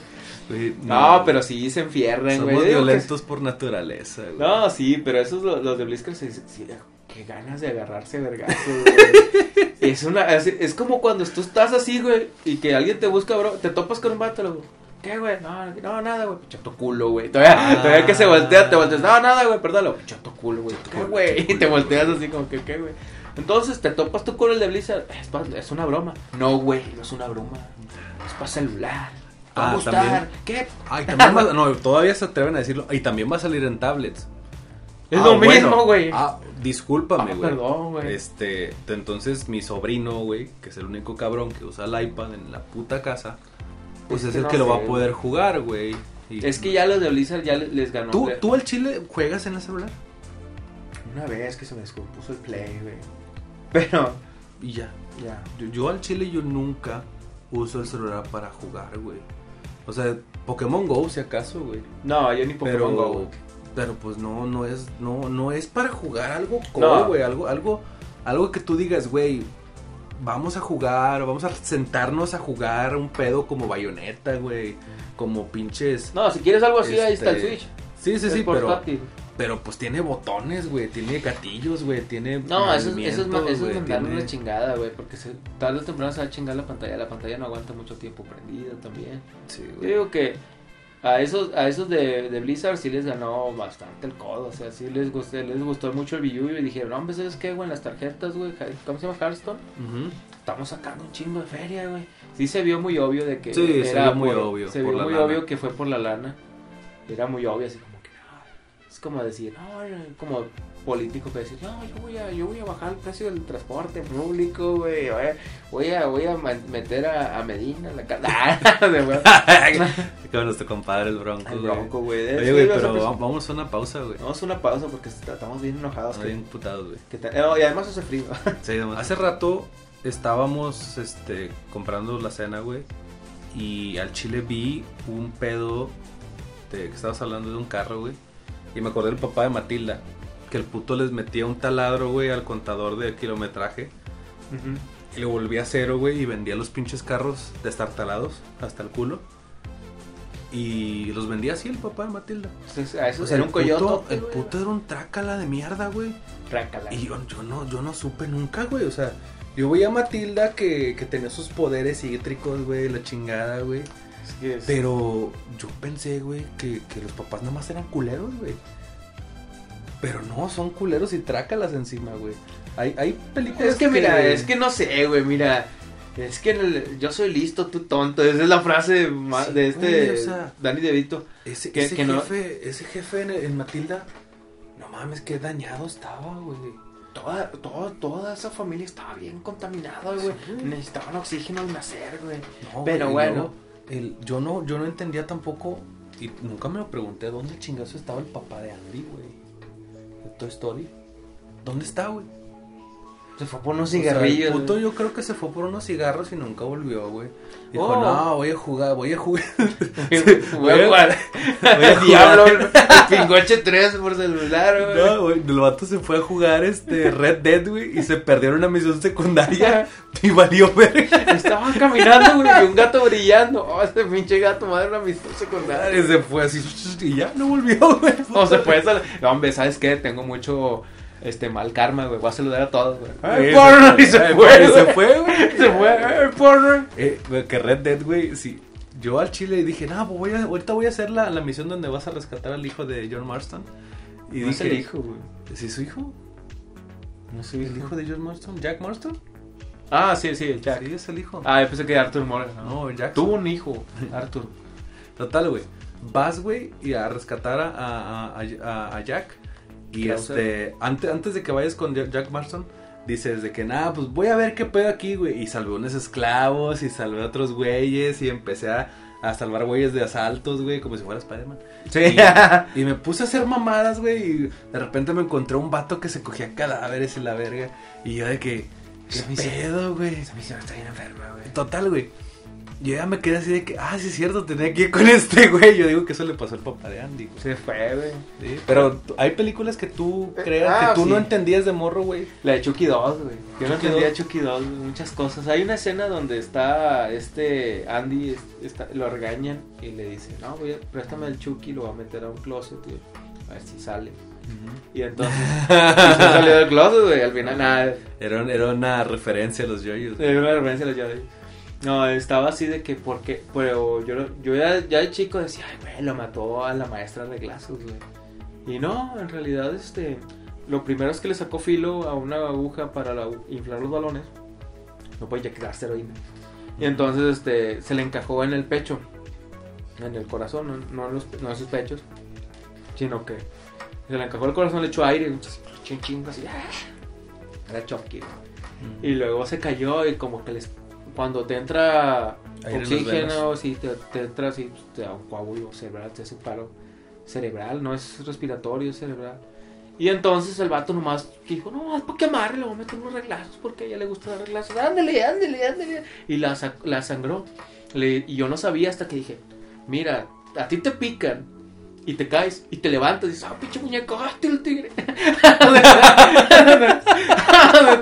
Speaker 2: Güey,
Speaker 1: No, pero sí se enfierran,
Speaker 2: somos
Speaker 1: güey. Digo que-
Speaker 2: violentos por naturaleza, güey.
Speaker 1: No, sí, pero esos lo- los de Blizzard se dicen, sí, qué ganas de agarrarse a vergazos, güey. es una es, es como cuando tú estás así, güey, y que alguien te busca, bro, te topas con un vato, luego, ¿Qué, güey? No, no, nada, güey. Chato culo, güey. Todavía,
Speaker 2: Ah.
Speaker 1: todavía que se voltea, te volteas. No, nada, güey, perdónalo. Chato culo, güey. ¿Qué,
Speaker 2: culo,
Speaker 1: güey?
Speaker 2: chato
Speaker 1: Y te
Speaker 2: culo,
Speaker 1: volteas así como que, ¿qué, güey? Entonces te topas tú con el de Blizzard. Es, pa- es una broma. No, güey, no es una broma. Es para celular. te Va a
Speaker 2: Ah,
Speaker 1: gustar.
Speaker 2: también.
Speaker 1: ¿Qué?
Speaker 2: Ay, también va- no, todavía se atreven a decirlo. Y también va a salir en tablets.
Speaker 1: Es
Speaker 2: Ah,
Speaker 1: lo
Speaker 2: bueno.
Speaker 1: mismo, güey.
Speaker 2: Ah, discúlpame,
Speaker 1: Ah,
Speaker 2: güey.
Speaker 1: perdón, güey.
Speaker 2: Este, te- entonces mi sobrino, güey, que es el único cabrón que usa el iPad en la puta casa, pues
Speaker 1: Es
Speaker 2: es
Speaker 1: que
Speaker 2: el
Speaker 1: no
Speaker 2: que lo va a
Speaker 1: sé,
Speaker 2: poder jugar, güey. Y-
Speaker 1: Es que ya los de Blizzard ya le- les ganó.
Speaker 2: ¿Tú,
Speaker 1: le-
Speaker 2: ¿Tú al chile juegas en el celular?
Speaker 1: Una vez que se me descompuso el play, güey. Pero,
Speaker 2: Y ya.
Speaker 1: ya.
Speaker 2: Yo, yo al chile yo nunca uso el celular para jugar, güey. O sea, Pokémon Go si acaso, güey.
Speaker 1: No, yo ni
Speaker 2: Pero,
Speaker 1: Pokémon Go, güey.
Speaker 2: pero pues no, no es, no, no es para jugar algo
Speaker 1: No.
Speaker 2: cool, güey. Algo, algo, algo que tú digas, güey, vamos a jugar, vamos a sentarnos a jugar un pedo como bayoneta, güey. Como pinches.
Speaker 1: No, si quieres algo así, ahí está el
Speaker 2: Este,
Speaker 1: Switch.
Speaker 2: Sí, sí,
Speaker 1: Es
Speaker 2: sí, pero,
Speaker 1: portátil.
Speaker 2: pero pues tiene botones, güey. Tiene gatillos, güey. Tiene.
Speaker 1: No, eso, es- eso es, ma-
Speaker 2: movimientos,
Speaker 1: eso es
Speaker 2: güey,
Speaker 1: mandar
Speaker 2: tiene-
Speaker 1: una chingada, güey. Porque se, tarde o temprano se va a chingar la pantalla. La pantalla no aguanta mucho tiempo prendida también.
Speaker 2: Sí,
Speaker 1: Yo
Speaker 2: güey.
Speaker 1: digo que a esos, a esos de, de Blizzard sí les ganó bastante el codo. O sea, sí les gustó, les gustó mucho el billuyo. Y dijeron, no, hombre, ¿sabes qué, güey? Las tarjetas, güey. ¿Cómo se llama? Hearthstone.
Speaker 2: Ujú.
Speaker 1: estamos sacando un chingo de feria, güey. Sí se vio muy obvio de que
Speaker 2: Sí, se vio muy
Speaker 1: por-
Speaker 2: obvio,
Speaker 1: Se
Speaker 2: por
Speaker 1: vio
Speaker 2: la
Speaker 1: muy
Speaker 2: lana.
Speaker 1: obvio que fue por la lana. Era muy obvio, así como que no. Es como decir, no, como político que decir, no, yo voy a, yo voy a bajar el precio del transporte público, güey. Voy a, voy a, voy a ma- meter a, a Medina en la (laughs) casa.
Speaker 2: (laughs) Qué nuestro compadre el Bronco.
Speaker 1: Al
Speaker 2: güey.
Speaker 1: bronco, güey.
Speaker 2: Oye,
Speaker 1: Sí,
Speaker 2: güey,
Speaker 1: o sea,
Speaker 2: pero
Speaker 1: pues,
Speaker 2: va- vamos a una pausa, güey.
Speaker 1: Vamos a una pausa porque estamos bien enojados.
Speaker 2: Estoy
Speaker 1: Que,
Speaker 2: imputado, güey.
Speaker 1: que te- no, y además hace frío. (laughs)
Speaker 2: Sí, nomás. Hace rato estábamos este, comprando la cena, güey. Y al chile vi un pedo de que estabas hablando de un carro, güey. Y me acordé del papá de Matilda. Que el puto les metía un taladro, güey, al contador de kilometraje.
Speaker 1: Ujú.
Speaker 2: Y lo volví a cero, güey, y vendía los pinches carros destartalados hasta el culo. Y los vendía así el papá de Matilda.
Speaker 1: Entonces, a eso
Speaker 2: O sea,
Speaker 1: era
Speaker 2: el
Speaker 1: un coyoto.
Speaker 2: puto- el puto era un trácala de mierda, güey.
Speaker 1: Trácala.
Speaker 2: Y yo, yo no, yo no supe nunca, güey. O sea, yo veía a Matilda que, que tenía sus poderes cítricos, güey, la chingada, güey.
Speaker 1: Es que es-
Speaker 2: Pero yo pensé, güey, que, que los papás nada más eran culeros, güey. Pero no, son culeros y trácalas encima, güey. Hay, hay películas
Speaker 1: Es que mira, es que no sé, güey, mira. Es que en el- yo soy listo, tú tonto. Esa es la frase ma-
Speaker 2: Sí,
Speaker 1: de este
Speaker 2: güey, o sea.
Speaker 1: Dani DeVito.
Speaker 2: Ese,
Speaker 1: Que-
Speaker 2: ese
Speaker 1: que no-
Speaker 2: jefe, ese jefe en, en Matilda, no mames, qué dañado estaba, güey.
Speaker 1: Toda, toda, toda esa familia estaba bien contaminada, güey.
Speaker 2: Sí.
Speaker 1: Necesitaban oxígeno al nacer, güey.
Speaker 2: No,
Speaker 1: Pero
Speaker 2: güey,
Speaker 1: bueno.
Speaker 2: yo- el- yo no, yo no entendía tampoco, y nunca me lo pregunté, ¿dónde chingazo estaba el papá de Andy, güey? De Toy Story. ¿Dónde está, güey?
Speaker 1: Se fue por unos
Speaker 2: O sea, el
Speaker 1: cigarrillos.
Speaker 2: puto
Speaker 1: (laughs) güey.
Speaker 2: yo creo que se fue por unos cigarros y nunca volvió, güey. Dijo,
Speaker 1: Oh.
Speaker 2: no, voy a jugar, voy
Speaker 1: (laughs)
Speaker 2: a jugar.
Speaker 1: Voy a jugar.
Speaker 2: voy a
Speaker 1: (laughs) Diablo, el pingoche 3 por celular, güey.
Speaker 2: No, güey, el vato se fue a jugar este Red Dead, güey, y se perdió en una
Speaker 1: (laughs)
Speaker 2: misión secundaria y valió verga.
Speaker 1: Estaba caminando, güey, y un gato brillando. Oh, ese pinche gato, madre, una amistad secundaria.
Speaker 2: Se fue así y ya no volvió, güey.
Speaker 1: O se puede No, hombre, ¿sabes qué? Tengo mucho. este mal karma, güey. Voy a saludar a todos, güey.
Speaker 2: Ay,
Speaker 1: Eh,
Speaker 2: porno, y se
Speaker 1: eh,
Speaker 2: fue,
Speaker 1: güey.
Speaker 2: se fue, güey.
Speaker 1: Se fue, eh, porno.
Speaker 2: Eh, güey, que Red Dead, güey, sí. Yo al chile dije, no, pues voy a- ahorita voy a hacer la, la misión donde vas a rescatar al hijo de John Marston. Y
Speaker 1: Y no es
Speaker 2: dije,
Speaker 1: el hijo, güey.
Speaker 2: ¿Sí es su hijo?
Speaker 1: No soy
Speaker 2: ¿El hijo de John Marston? ¿Jack Marston?
Speaker 1: Ah, sí, sí, el Jack.
Speaker 2: Sí, es el hijo.
Speaker 1: Ah, yo pensé que Arthur Morgan. No,
Speaker 2: no, el Jack.
Speaker 1: Tuvo un hijo, Arthur.
Speaker 2: Total, güey. Vas, güey, y a rescatar a, a- a- a- a Jack. Y
Speaker 1: Krauser.
Speaker 2: este, antes, antes de que vayas con Ja- Jack Marston, dices de que nada, pues voy a ver qué pedo aquí, güey. Y salvé unos esclavos, y salvé a otros güeyes, y empecé a, a salvar güeyes de asaltos, güey, como si fuera Spider-Man.
Speaker 1: Sí.
Speaker 2: Y me puse a hacer mamadas, güey, y de repente me encontré un vato que se cogía cadáveres en la verga. Y yo de que,
Speaker 1: Se me
Speaker 2: ¿qué
Speaker 1: hizo-
Speaker 2: pedo, güey?
Speaker 1: Esa misión está bien enferma, güey.
Speaker 2: Total, güey. Yo ya me quedé así de que, ah, sí es cierto, tenía que ir con (laughs) este güey. Yo digo que eso le pasó al papá de Andy,
Speaker 1: (laughs)
Speaker 2: güey.
Speaker 1: Se fue, güey.
Speaker 2: Sí, pero t- hay películas que tú
Speaker 1: Eh,
Speaker 2: creas
Speaker 1: ah,
Speaker 2: que tú
Speaker 1: sí.
Speaker 2: no entendías de morro, güey.
Speaker 1: La de Chucky 2, güey. Yo no
Speaker 2: Chucky
Speaker 1: entendía
Speaker 2: 2.
Speaker 1: Chucky 2, güey, muchas cosas. Hay una escena donde está este Andy, es- está- lo regañan y le dice, no, güey, préstame el Chucky, lo voy a meter a un closet, güey, a ver si sale. Y entonces, y se salió del closet, güey, al final nada.
Speaker 2: Era, era una referencia a los yoyos. (laughs)
Speaker 1: Le dio una referencia a los Jedi. No, estaba así de que, porque, pero yo, yo ya, ya de chico decía, ay, güey, lo mató a la maestra de glasos, güey. Y no, en realidad, este, lo primero es que le sacó filo a una aguja para la- inflar los balones. No puede inyectarse heroína. Y entonces, este, se le encajó en el pecho, en el corazón, no, no en, los, no en sus pechos, sino que se le encajó el corazón, le echó aire, y ching, ching, así, ¡ah! era Chucky, güey. Y luego se cayó y como que les... Cuando te entra
Speaker 2: Aire en las
Speaker 1: oxígeno,
Speaker 2: venas.
Speaker 1: si te, te entra así, te da un coágulo cerebral, te hace un paro cerebral, no es respiratorio, es cerebral. Y entonces el vato nomás dijo, no, es para quemarle, le voy a meter unos reglazos porque a ella le gusta dar reglazos, ándale, ándale, ándale. Y la, sac- la sangró. Le- y yo no sabía hasta que dije, mira, a ti te pican y te caes y te levantas y dices, ah, pinche muñeco, ah, tira el
Speaker 2: (laughs)
Speaker 1: tigre. (laughs)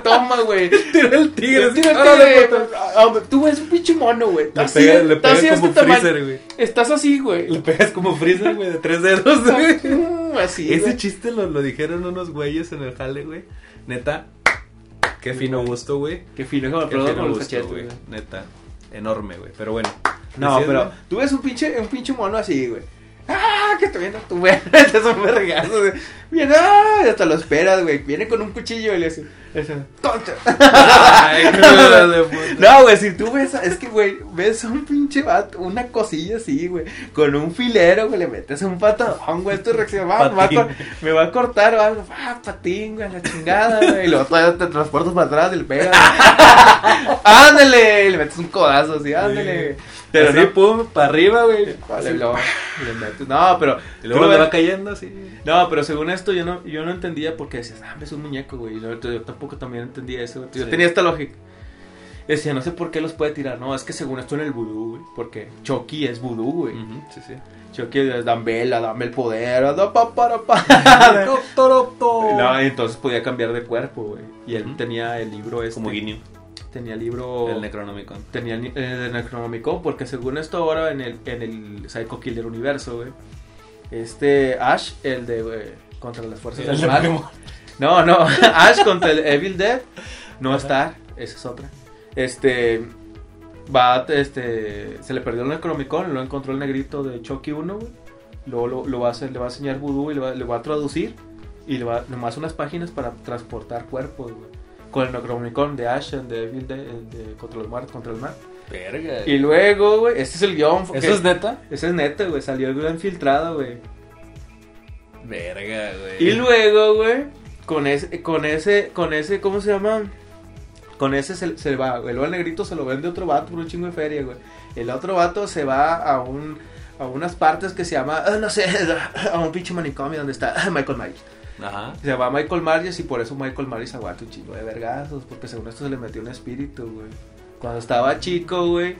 Speaker 1: Toma, güey.
Speaker 2: Tira el
Speaker 1: Tira
Speaker 2: tigre.
Speaker 1: el tigre. Ah, hombre, Tú ves un pinche mono, güey.
Speaker 2: Le
Speaker 1: Así,
Speaker 2: pega- le
Speaker 1: está
Speaker 2: pegas
Speaker 1: así de
Speaker 2: como
Speaker 1: este tamaño.
Speaker 2: freezer, güey.
Speaker 1: Estás así, (laughs)
Speaker 2: Le
Speaker 1: güey.
Speaker 2: pegas como freezer, güey, de tres dedos, güey.
Speaker 1: Mm, Así.
Speaker 2: Ese
Speaker 1: güey.
Speaker 2: chiste lo, lo dijeron unos güeyes en el jale, güey. Neta, qué fino gusto, güey.
Speaker 1: Qué fino, como el
Speaker 2: Qué
Speaker 1: producto
Speaker 2: fino
Speaker 1: con los
Speaker 2: gusto,
Speaker 1: cachetes,
Speaker 2: güey.
Speaker 1: güey.
Speaker 2: Neta, enorme, güey. Pero bueno.
Speaker 1: No,
Speaker 2: Así es,
Speaker 1: pero
Speaker 2: güey.
Speaker 1: tú ves un pinche, un pinche mono así, güey. ¡Ah! Que te viene tu güey. (laughs) Te son vergazos, güey. Viene, ¡ah! y Hasta lo esperas, güey. Viene con un cuchillo y le hace. le hace, ¡Tonto!
Speaker 2: (laughs) Ay, qué hora de pues. puta.
Speaker 1: (laughs) No, güey, si tú ves, a- es que, güey, ves a un pinche vato, una cosilla así, güey, con un filero, güey, le metes un patadón, güey, esto reacciona, va, me va a
Speaker 2: Patín.
Speaker 1: cor- me va a cortar, va, va, patín, güey, la chingada, güey, y luego todavía te transportas para atrás y le pegas.
Speaker 2: (laughs)
Speaker 1: güey. ándale, y le metes un codazo así, ándale, güey.
Speaker 2: Pero
Speaker 1: Pero
Speaker 2: así,
Speaker 1: no,
Speaker 2: pum, para arriba, güey.
Speaker 1: le,
Speaker 2: Así,
Speaker 1: lo- le metes, no, pero,
Speaker 2: Y luego
Speaker 1: tú
Speaker 2: le
Speaker 1: ves-
Speaker 2: va cayendo así.
Speaker 1: no, pero según esto yo no, yo no entendía porque decías, ah, es un muñeco, güey. Y luego Yo, tampoco también entendía eso, güey. Yo
Speaker 2: Sí.
Speaker 1: tenía esta lógica. Decía, no sé por qué los puede tirar. No, es que según esto en el vudú, güey. Porque Chucky es vudú, güey.
Speaker 2: Ujú, Mm. Sí, sí.
Speaker 1: Chucky es, dame vela, dame el poder, da pa, para,
Speaker 2: (laughs)
Speaker 1: pa. (laughs) No, y entonces podía cambiar de cuerpo, güey. Y él
Speaker 2: Ujú.
Speaker 1: tenía el libro este.
Speaker 2: Como guiño.
Speaker 1: Tenía el libro...
Speaker 2: El Necronomicon.
Speaker 1: tenía el, ni- el Necronomicon, porque según esto ahora en el, en el Psycho Killer universo, güey. Este Ash, el de güey, contra las fuerzas del mal. No, (laughs) no, Ash contra el Evil Dead no va a estar, esa es otra. Este va este se le perdió el Necronomicon, lo encontró el negrito de Chucky 1, güey. Luego lo, lo va a hacer, le va a enseñar vudú y le va, le va a traducir y le va nomás unas páginas para transportar cuerpos, güey. Con el Necronomicon de Ash, el de Evil Dead, el de contra los muertos, contra el mar.
Speaker 2: Verga.
Speaker 1: Y luego, güey, este es el guión. que-
Speaker 2: ¿Eso es neta?
Speaker 1: ese es neto, güey, salió el guión filtrado, güey.
Speaker 2: Verga, güey.
Speaker 1: Y luego, güey, con ese, con ese, con ese, ¿cómo se llama? Con ese se, se va, güey. Luego el negrito se lo vende otro vato por un chingo de feria, güey. El otro vato se va a un, a unas partes que se llama, ah, no sé, (laughs) a un pinche manicomio donde está ah, Michael Myers.
Speaker 2: Ajá.
Speaker 1: Se va Michael Myers y por eso Michael Myers aguanta un chingo de vergazos, porque según esto se le metió un espíritu, güey. Cuando estaba chico, güey,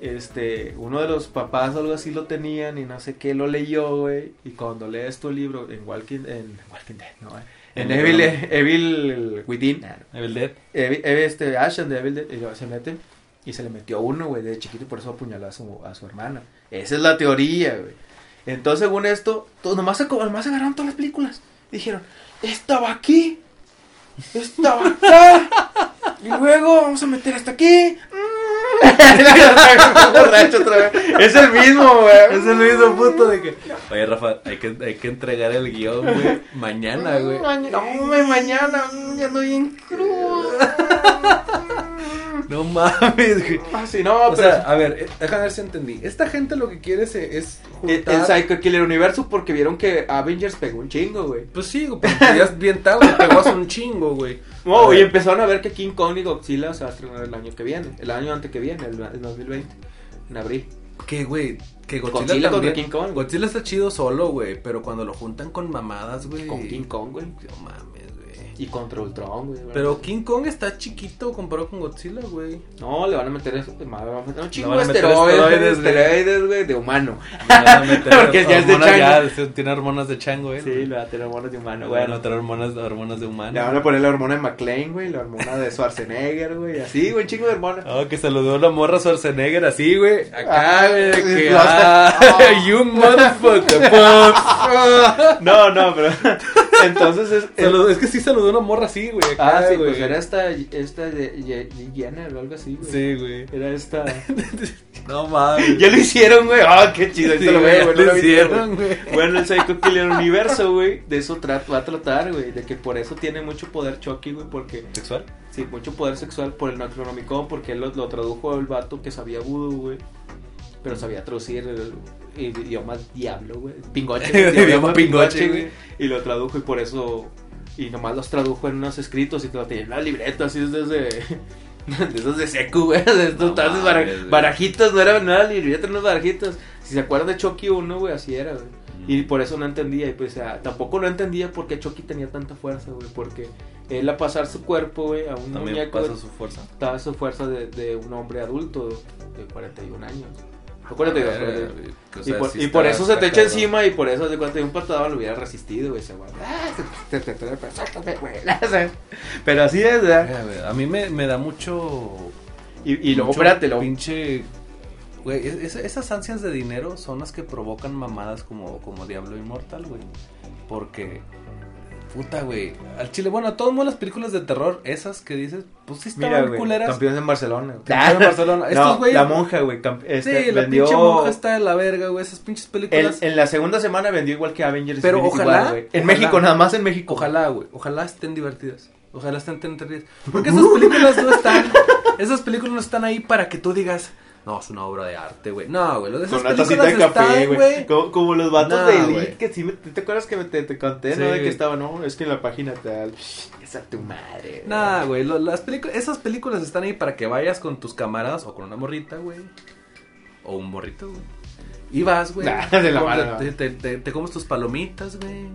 Speaker 1: este, uno de los papás o algo así lo tenían y no sé qué, lo leyó, güey. Y cuando lees tu libro en Walking, en Walking Dead, no, eh, en
Speaker 2: En
Speaker 1: Evil,
Speaker 2: Evil-
Speaker 1: Evil Within, ah, no.
Speaker 2: Evil Dead.
Speaker 1: Ev- Ev- este, Ash and the Evil Dead, y luego se mete y se le metió uno, güey, de chiquito y por eso apuñaló a su, a su hermana. Esa es la teoría, güey. Entonces, según esto, todos nomás, se co- nomás agarraron todas las películas. Dijeron, esta va aquí, esta va acá, y luego vamos a meter hasta aquí. Mm. (laughs) Borracho otra vez. es el mismo, güey.
Speaker 2: Es el mismo puto de que. Oye, Rafa, hay que, hay que entregar el guión, güey. Mañana, güey.
Speaker 1: Maña- No, hombre, mañana, mm, ya ando bien crudo.
Speaker 2: No mames, güey.
Speaker 1: (laughs) Ah, sí, no,
Speaker 2: O
Speaker 1: pero
Speaker 2: sea, a ver, eh, déjame ver si entendí. Esta gente lo que quiere es, es
Speaker 1: el,
Speaker 2: juntar.
Speaker 1: Eh, el Psycho Killer Universo porque vieron que Avengers pegó un chingo, güey.
Speaker 2: Pues sí, güey, porque ya es bien tarde, pegó hace un chingo, güey.
Speaker 1: No,
Speaker 2: A ver,
Speaker 1: y empezaron a ver que King Kong y Godzilla se va a estrenar el año que viene, el año antes que viene, el, el 2020, en abril.
Speaker 2: Que, güey, que Godzilla,
Speaker 1: Godzilla contra
Speaker 2: también.
Speaker 1: King Kong.
Speaker 2: Godzilla está chido solo, güey, pero cuando lo juntan con mamadas, güey.
Speaker 1: Con King Kong, güey.
Speaker 2: No mames, güey.
Speaker 1: Y contra Ultron, güey. ¿verdad?
Speaker 2: Pero King Kong está chiquito comparado con Godzilla, güey.
Speaker 1: No, le van a meter eso, de madre, le van a meter un chingo
Speaker 2: van
Speaker 1: de
Speaker 2: a meter
Speaker 1: esteroides, güey,
Speaker 2: esteroides, güey.
Speaker 1: esteroides, güey, de humano. Porque (laughs)
Speaker 2: Porque
Speaker 1: ya es de chango.
Speaker 2: tiene hormonas de chango, eh.
Speaker 1: Sí, le va a tener hormonas de humano, güey.
Speaker 2: Bueno, otras hormonas, hormonas de
Speaker 1: Le van
Speaker 2: humano.
Speaker 1: a poner la hormona de McLean, güey, la hormona (laughs) de Schwarzenegger, güey, así, güey, un chingo de hormonas.
Speaker 2: Ah, que saludó una morra Schwarzenegger así, güey. Acá,
Speaker 1: Ah,
Speaker 2: güey. de que,
Speaker 1: sí, lo hace.
Speaker 2: ah, (laughs)
Speaker 1: (laughs)
Speaker 2: you motherfucker. pop.
Speaker 1: No, no, (laughs) pero. Entonces es. es-
Speaker 2: Saludó- es que sí saludó una morra así, güey.
Speaker 1: Ah,
Speaker 2: acá,
Speaker 1: sí,
Speaker 2: güey.
Speaker 1: pues era esta, esta de Ye- Ye- Jenner o algo así, güey.
Speaker 2: Sí,
Speaker 1: (laughs)
Speaker 2: güey.
Speaker 1: Era esta.
Speaker 2: No mames.
Speaker 1: ya lo hicieron, güey. Ah, qué chido. ahí
Speaker 2: Sí,
Speaker 1: te lo veo,
Speaker 2: güey,
Speaker 1: güey.
Speaker 2: lo
Speaker 1: no lo vi,
Speaker 2: hicieron, güey.
Speaker 1: güey. Bueno, el Psycho Killer Universo, güey, de eso tra- va a tratar, güey, de que por eso tiene mucho poder Chucky, güey, porque
Speaker 2: ¿Sexual?
Speaker 1: sí, mucho poder sexual por el Necronomicon, porque él lo, lo tradujo el vato que sabía agudo, güey, pero sabía traducir el, el idioma diablo, güey,
Speaker 2: (laughs)
Speaker 1: pingoche, güey,
Speaker 2: El idioma pingoche, güey.
Speaker 1: y lo tradujo y por eso y nomás los tradujo en unos escritos y te lo tenía en la libreta, así es desde (laughs) de esos de secu, güey, (laughs) de estos
Speaker 2: No
Speaker 1: tazos,
Speaker 2: mames,
Speaker 1: bara-
Speaker 2: güey.
Speaker 1: barajitas, no era, no era libreta, eran unas barajitas. Si se acuerdan de Chucky 1, güey, así era, güey. Y por eso no entendía, y pues o sea, tampoco no entendía por qué Chucky tenía tanta fuerza, güey, porque él a pasar su cuerpo, güey, a un
Speaker 2: También
Speaker 1: muñeco,
Speaker 2: pasa
Speaker 1: güey,
Speaker 2: su fuerza.
Speaker 1: daba su fuerza de, de un hombre adulto de 41 años.
Speaker 2: Ah,
Speaker 1: Acuérdate, güey, acuérdate.
Speaker 2: O
Speaker 1: Y
Speaker 2: sea,
Speaker 1: por,
Speaker 2: sí
Speaker 1: y
Speaker 2: está-
Speaker 1: por eso se
Speaker 2: está
Speaker 1: te echa
Speaker 2: cabrón.
Speaker 1: encima y por eso de cuánto de un patadón lo hubiera resistido, güey, ese güey. Ah, se- se- se- se- sáltate, güey, ¿sabes? Pero así es, ¿verdad?
Speaker 2: Mira, güey, Eh, A mí me, me da mucho
Speaker 1: Y, y luego,
Speaker 2: Mucho
Speaker 1: espérate, luego
Speaker 2: Pinche. Güey, es- es- esas ansias de dinero son las que provocan mamadas como, como Diablo Inmortal, güey. Porque. Puta, güey. Al chile, bueno, a todos modos las películas de terror, esas que dices, pues sí estaban
Speaker 1: Mira, güey, (laughs)
Speaker 2: culeras.
Speaker 1: campeones en Barcelona. güey.
Speaker 2: Campeón en Barcelona.
Speaker 1: No,
Speaker 2: Estos güeyes-
Speaker 1: la monja, güey, camp- este,
Speaker 2: sí, la
Speaker 1: vendió...
Speaker 2: pinche monja está de la verga, güey. Esas pinches
Speaker 1: en,
Speaker 2: películas.
Speaker 1: en la segunda semana vendió igual que Avengers.
Speaker 2: Pero
Speaker 1: Infinity
Speaker 2: ojalá,
Speaker 1: War, güey. En
Speaker 2: ojalá.
Speaker 1: México, nada más en México.
Speaker 2: Ojalá, güey. Ojalá estén divertidas. Ojalá estén entretenidas.
Speaker 1: (laughs)
Speaker 2: Porque esas películas no están. Esas películas no están ahí para que tú digas. No, es una obra de arte, güey. No, güey. Lo de esas
Speaker 1: Con una
Speaker 2: películas
Speaker 1: tacita de café,
Speaker 2: están,
Speaker 1: güey.
Speaker 2: güey.
Speaker 1: Como, como los vatos
Speaker 2: Nah,
Speaker 1: de Elite,
Speaker 2: güey.
Speaker 1: que sí, me- ¿te, te acuerdas que me- te, te conté,
Speaker 2: Sí,
Speaker 1: no? De que
Speaker 2: güey.
Speaker 1: estaba, no, es que en la página tal, esa tu madre.
Speaker 2: Nah, güey, lo- las películas, esas películas están ahí para que vayas con tus camaradas o con una morrita, güey. O un morrito, güey. Y vas, güey.
Speaker 1: Nah, de la
Speaker 2: Com-
Speaker 1: mano,
Speaker 2: te,
Speaker 1: no.
Speaker 2: te- te- te comes tus palomitas, güey.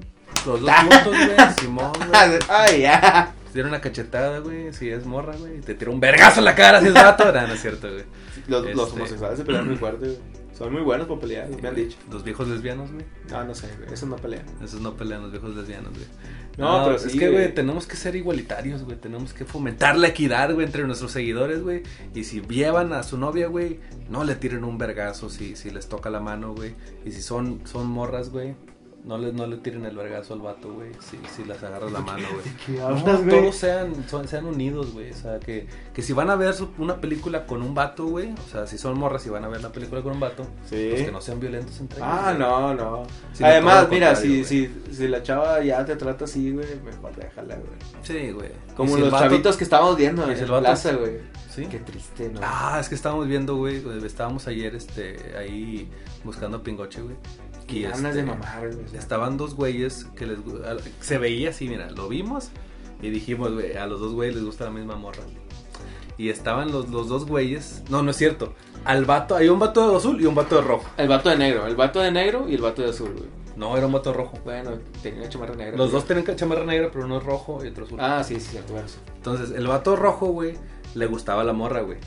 Speaker 2: Los dos
Speaker 1: (laughs)
Speaker 2: juntos, güey. Simón, güey.
Speaker 1: Ay, ya.
Speaker 2: Te dieron una cachetada, güey. Si es morra, güey. y Te tira un vergazo en la cara si es vato. Nah, no es cierto, güey.
Speaker 1: Los, los
Speaker 2: Este.
Speaker 1: homosexuales se pelean muy fuerte, güey. Son muy buenos para pelear, me han dicho.
Speaker 2: Los viejos lesbianos, güey.
Speaker 1: No, no sé, güey, esos no pelean.
Speaker 2: Esos no pelean los viejos lesbianos, güey.
Speaker 1: No, pero
Speaker 2: es
Speaker 1: sí,
Speaker 2: que, güey,
Speaker 1: güey.
Speaker 2: tenemos que ser igualitarios, güey. Tenemos que fomentar la equidad, güey, entre nuestros seguidores, güey. Y si llevan a su novia, güey, no le tiren un vergazo si, si les toca la mano, güey. Y si son, son morras, güey, no le, no le tiren el vergazo al vato, güey. Si, si las agarras la mano,
Speaker 1: (laughs)
Speaker 2: güey.
Speaker 1: ¿Qué
Speaker 2: No,
Speaker 1: hablas, güey?
Speaker 2: todos sean, son- sean unidos, güey. O sea, que, que si van a ver su- una película con un vato, güey. O sea, si son morras y van a ver la película con un vato,
Speaker 1: Sí.
Speaker 2: pues que no sean violentos entre
Speaker 1: Ah,
Speaker 2: ellos, güey.
Speaker 1: no, no.
Speaker 2: Sí, todo
Speaker 1: Además,
Speaker 2: lo
Speaker 1: mira, si,
Speaker 2: contrario,
Speaker 1: si, si la chava ya te trata así, güey, mejor déjala, güey.
Speaker 2: Sí, güey.
Speaker 1: Como
Speaker 2: Y si el
Speaker 1: los
Speaker 2: vato-
Speaker 1: chavitos que estábamos viendo
Speaker 2: y si
Speaker 1: en
Speaker 2: el
Speaker 1: la
Speaker 2: vato-
Speaker 1: plaza, güey.
Speaker 2: Sí.
Speaker 1: Qué triste, ¿no?
Speaker 2: Ah, es que estábamos viendo, güey. eh, Estábamos ayer, este, ahí buscando a Pingoche, güey.
Speaker 1: Qué ganas
Speaker 2: este,
Speaker 1: de mamar, güey. o sea.
Speaker 2: Estaban dos güeyes que les gu- al- se veía así, mira, lo vimos y dijimos, güey, a los dos güeyes les gusta la misma morra. Y estaban los, los dos güeyes. No, no es cierto. Al vato, hay un vato de azul y un vato de rojo.
Speaker 1: El vato de negro, el vato de negro y el vato de azul, güey.
Speaker 2: No, era un vato rojo.
Speaker 1: Bueno, tenía una chamarra negra.
Speaker 2: Los
Speaker 1: güey.
Speaker 2: dos tenían chamarra negra, pero uno es rojo y otro azul.
Speaker 1: Ah, sí, sí, cierto, bueno, sí.
Speaker 2: Entonces, el vato rojo, güey, le gustaba la morra, güey.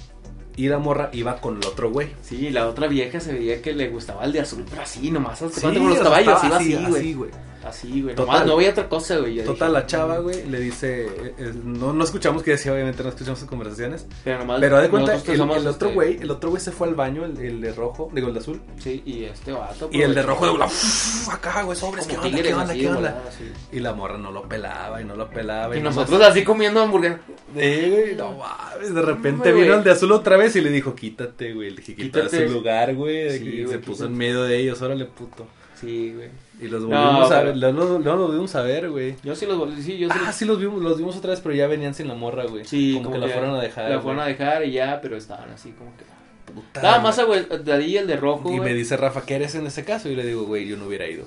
Speaker 2: Y la morra iba con el otro güey.
Speaker 1: Sí, la otra vieja se veía que le gustaba el de azul, pero así, nomás,
Speaker 2: Sí,
Speaker 1: sí, con los
Speaker 2: o sea,
Speaker 1: caballos,
Speaker 2: estaba
Speaker 1: iba así, güey.
Speaker 2: güey.
Speaker 1: Así, güey.
Speaker 2: Total.
Speaker 1: Nomás no voy a otra cosa, güey. Yo dije,
Speaker 2: Total,
Speaker 1: "Mm,
Speaker 2: la chava, güey, le dice. eh, eh, no, no escuchamos qué decía, obviamente, no escuchamos sus conversaciones.
Speaker 1: Pero nomás.
Speaker 2: Pero haz de cuenta,
Speaker 1: nosotros
Speaker 2: el,
Speaker 1: somos,
Speaker 2: el otro
Speaker 1: este,
Speaker 2: güey, el otro güey se fue al baño, el, el de rojo, digo, el de azul.
Speaker 1: Sí, y este vato.
Speaker 2: Y el de
Speaker 1: pues,
Speaker 2: rojo de volada, "Uf, acá, güey, sobres,
Speaker 1: como
Speaker 2: ¿qué onda,
Speaker 1: tigres
Speaker 2: qué onda,
Speaker 1: así
Speaker 2: qué
Speaker 1: de
Speaker 2: onda?
Speaker 1: volada, así.
Speaker 2: Y la morra no lo pelaba y no lo pelaba.
Speaker 1: Y
Speaker 2: nomás-
Speaker 1: nosotros así comiendo hamburguesa.
Speaker 2: Eh, güey, no mames, de repente
Speaker 1: Hombre,
Speaker 2: vino
Speaker 1: güey.
Speaker 2: el de azul otra vez y le dijo, quítate, güey. Le dije, quítate
Speaker 1: Quítate.
Speaker 2: su lugar, güey.
Speaker 1: Sí,
Speaker 2: y
Speaker 1: güey,
Speaker 2: se puso
Speaker 1: quítate.
Speaker 2: en medio de ellos, órale, puto.
Speaker 1: Sí, güey.
Speaker 2: Y los
Speaker 1: No,
Speaker 2: volvimos a
Speaker 1: pero-
Speaker 2: ver, los- los- no los volvimos a ver, güey.
Speaker 1: Yo sí los volví. Sí, yo sí.
Speaker 2: Ah,
Speaker 1: los-
Speaker 2: sí, los vimos, los vimos otra vez, pero ya venían sin la morra, güey.
Speaker 1: Sí,
Speaker 2: como, que la fueron a dejar.
Speaker 1: La
Speaker 2: güey.
Speaker 1: fueron a dejar y ya, pero estaban así como que.
Speaker 2: Puta
Speaker 1: Estaba más
Speaker 2: madre.
Speaker 1: ahí el de rojo.
Speaker 2: Y
Speaker 1: güey.
Speaker 2: me dice Rafa, ¿qué eres en ese caso? Y le digo, güey, yo no hubiera ido.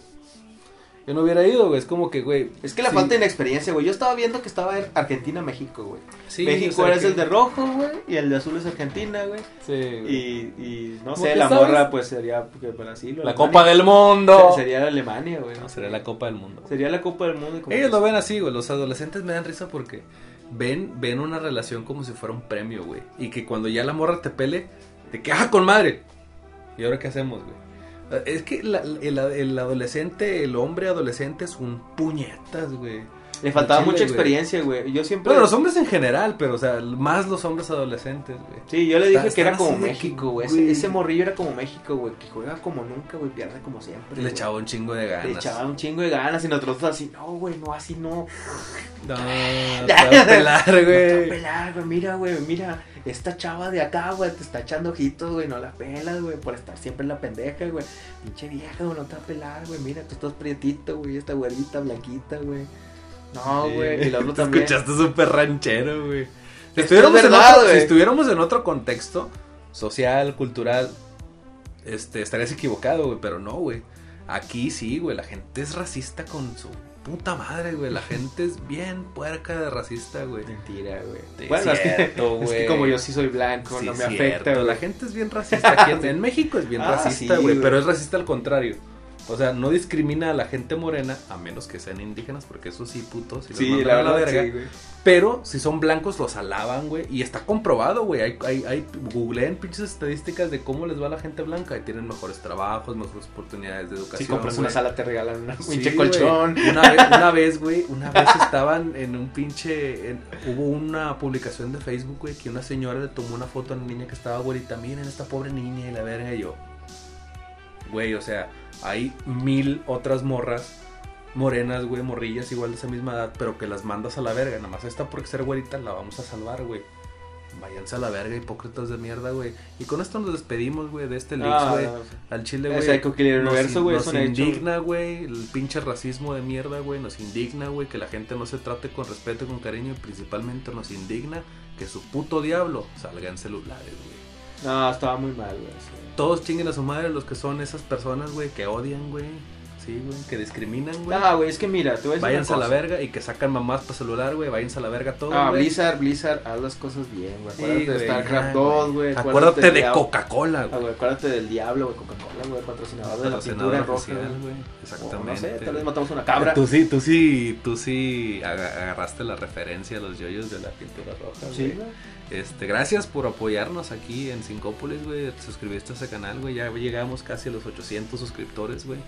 Speaker 2: Yo no hubiera ido, güey. Es como que, güey.
Speaker 1: Es que la
Speaker 2: sí,
Speaker 1: falta de inexperiencia, güey. Yo estaba viendo que estaba Argentina-México, güey.
Speaker 2: sí, o
Speaker 1: México
Speaker 2: sea,
Speaker 1: es
Speaker 2: que-
Speaker 1: el de rojo, güey, y el de azul es Argentina, güey.
Speaker 2: Sí, güey.
Speaker 1: Y, y no
Speaker 2: Como
Speaker 1: sé,
Speaker 2: que
Speaker 1: la
Speaker 2: sabes-
Speaker 1: morra pues sería que Brasil. o
Speaker 2: La
Speaker 1: Alemania.
Speaker 2: Copa del Mundo.
Speaker 1: Se- Sería Alemania, güey.
Speaker 2: No, sería la Copa del Mundo.
Speaker 1: Sería la Copa del Mundo. como
Speaker 2: Ellos
Speaker 1: que-
Speaker 2: lo ven así, güey. Los adolescentes me dan risa porque ven, ven una relación como si fuera un premio, güey. Y que cuando ya la morra te pele, te queja con madre. ¿Y ahora qué hacemos, güey? Eh, Es que la- el, el adolescente, el hombre adolescente es un puñetas, güey.
Speaker 1: Le faltaba
Speaker 2: en Chile,
Speaker 1: mucha
Speaker 2: güey.
Speaker 1: experiencia, güey. Yo siempre.
Speaker 2: Bueno, los hombres en general, pero, o sea, más los hombres adolescentes, güey.
Speaker 1: Sí, yo le
Speaker 2: Está-
Speaker 1: dije que era
Speaker 2: están
Speaker 1: como
Speaker 2: así de que,
Speaker 1: México, güey.
Speaker 2: güey.
Speaker 1: Ese, ese morrillo era como México, güey. Que juega como nunca, güey. Pierde como siempre.
Speaker 2: Le
Speaker 1: güey.
Speaker 2: echaba un chingo de ganas.
Speaker 1: Le echaba un chingo de ganas y nosotros así, no, güey, no, así no.
Speaker 2: No, te va
Speaker 1: No
Speaker 2: a pelar,
Speaker 1: te va a
Speaker 2: güey.
Speaker 1: pelar, güey, mira, güey, mira, esta chava de acá, güey, te está echando ojitos, güey, no la pelas, güey, por estar siempre en la pendeja, güey. Pinche vieja, güey, no te va a pelar, güey, mira, tú estás prietito, güey, esta güerita blanquita, güey. No,
Speaker 2: Sí,
Speaker 1: güey, y la otra
Speaker 2: (laughs) Te
Speaker 1: también.
Speaker 2: escuchaste súper ranchero, güey. Si
Speaker 1: es
Speaker 2: estuviéramos,
Speaker 1: verdad,
Speaker 2: en otro, si
Speaker 1: güey.
Speaker 2: estuviéramos en otro contexto social, cultural, este, estarías equivocado, güey, pero no, güey. Aquí sí, güey, la gente es racista con su puta madre,
Speaker 1: (laughs)
Speaker 2: güey. La gente es bien puerca de racista, güey.
Speaker 1: Mentira, güey.
Speaker 2: Sí,
Speaker 1: Bueno, (laughs) es que,
Speaker 2: cierto,
Speaker 1: es que
Speaker 2: güey.
Speaker 1: como yo sí soy blanco, no me
Speaker 2: Sí,
Speaker 1: afecta,
Speaker 2: cierto,
Speaker 1: güey.
Speaker 2: La gente es bien racista. Aquí en, en México es bien
Speaker 1: Ah,
Speaker 2: racista,
Speaker 1: sí,
Speaker 2: güey,
Speaker 1: güey.
Speaker 2: pero es racista al contrario. O sea, no discrimina a la gente morena, a menos que sean indígenas, porque eso sí, putos. si los
Speaker 1: Sí,
Speaker 2: mandan
Speaker 1: la
Speaker 2: a
Speaker 1: verdad,
Speaker 2: verga.
Speaker 1: sí, güey.
Speaker 2: Pero si son blancos, los alaban, güey. Y está comprobado, güey. Hay, hay, hay, googleen pinches estadísticas de cómo les va a la gente blanca. Y tienen mejores trabajos, mejores oportunidades de educación.
Speaker 1: Si compras
Speaker 2: güey.
Speaker 1: una sala te regalan una- (laughs) un
Speaker 2: Sí,
Speaker 1: pinche
Speaker 2: güey.
Speaker 1: colchón.
Speaker 2: Una vez, una vez, güey, una vez estaban en un pinche. en- hubo una publicación de Facebook, güey, que una señora le tomó una foto a una niña que estaba güerita. Miren esta pobre niña y la verga. Y yo, güey, o sea, hay mil otras morras morenas, güey, morrillas igual de esa misma edad, pero que las mandas a la verga. Nada más esta porque ser güerita la vamos a salvar, güey. Váyanse a la verga, hipócritas de mierda, güey. Y con esto nos despedimos, güey, de este
Speaker 1: No,
Speaker 2: leaks, güey.
Speaker 1: no,
Speaker 2: Al chile,
Speaker 1: no.
Speaker 2: güey.
Speaker 1: O sea, que el
Speaker 2: Nos
Speaker 1: universo,
Speaker 2: in-
Speaker 1: güey,
Speaker 2: nos
Speaker 1: es un hecho.
Speaker 2: indigna, güey, el pinche racismo de mierda, güey, nos indigna, güey, que la gente no se trate con respeto, con cariño, y principalmente nos indigna que su puto diablo salga en celulares, güey.
Speaker 1: No, estaba muy mal, güey. sí.
Speaker 2: Todos chinguen a su madre los que son esas personas, güey, que odian, güey, sí, güey, que discriminan, güey.
Speaker 1: Ah, güey, es que mira, te voy a decir
Speaker 2: váyanse a
Speaker 1: una
Speaker 2: la
Speaker 1: cosa.
Speaker 2: verga y que sacan mamás para celular, güey, váyanse a la verga todo,
Speaker 1: Ah,
Speaker 2: güey.
Speaker 1: Blizzard, Blizzard, haz las cosas bien, güey.
Speaker 2: Sí,
Speaker 1: Acuérdate de
Speaker 2: güey,
Speaker 1: StarCraft
Speaker 2: ya,
Speaker 1: 2, güey.
Speaker 2: Acuérdate de
Speaker 1: del diablo-
Speaker 2: Coca-Cola,
Speaker 1: Ah,
Speaker 2: güey.
Speaker 1: güey, acuérdate del diablo, güey, Coca-Cola, güey, patrocinador de la pintura
Speaker 2: Patrocinador
Speaker 1: roja.
Speaker 2: oficial,
Speaker 1: güey.
Speaker 2: güey.
Speaker 1: O
Speaker 2: Exactamente.
Speaker 1: no sé, tal
Speaker 2: güey.
Speaker 1: vez matamos una cabra.
Speaker 2: Tú sí, tú sí, tú sí aga- agarraste la referencia a los yoyos de la pintura roja.
Speaker 1: Sí,
Speaker 2: güey.
Speaker 1: güey.
Speaker 2: Este, gracias por apoyarnos aquí en Sincópolis, güey. Te suscribiste a ese canal, güey. Ya llegamos casi a los 800 suscriptores, güey.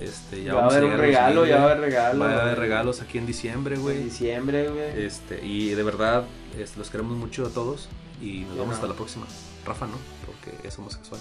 Speaker 2: Este, ya
Speaker 1: Ya va a haber un
Speaker 2: llegar los
Speaker 1: regalo,
Speaker 2: mil,
Speaker 1: ya va a
Speaker 2: güey.
Speaker 1: haber regalo.
Speaker 2: Va a
Speaker 1: güey.
Speaker 2: haber regalos aquí en diciembre,
Speaker 1: En
Speaker 2: güey.
Speaker 1: diciembre, güey.
Speaker 2: Este, y de verdad, este, los queremos mucho a todos. Y nos
Speaker 1: Yo
Speaker 2: vemos
Speaker 1: no.
Speaker 2: hasta la próxima. Rafa, ¿no? Porque es homosexual.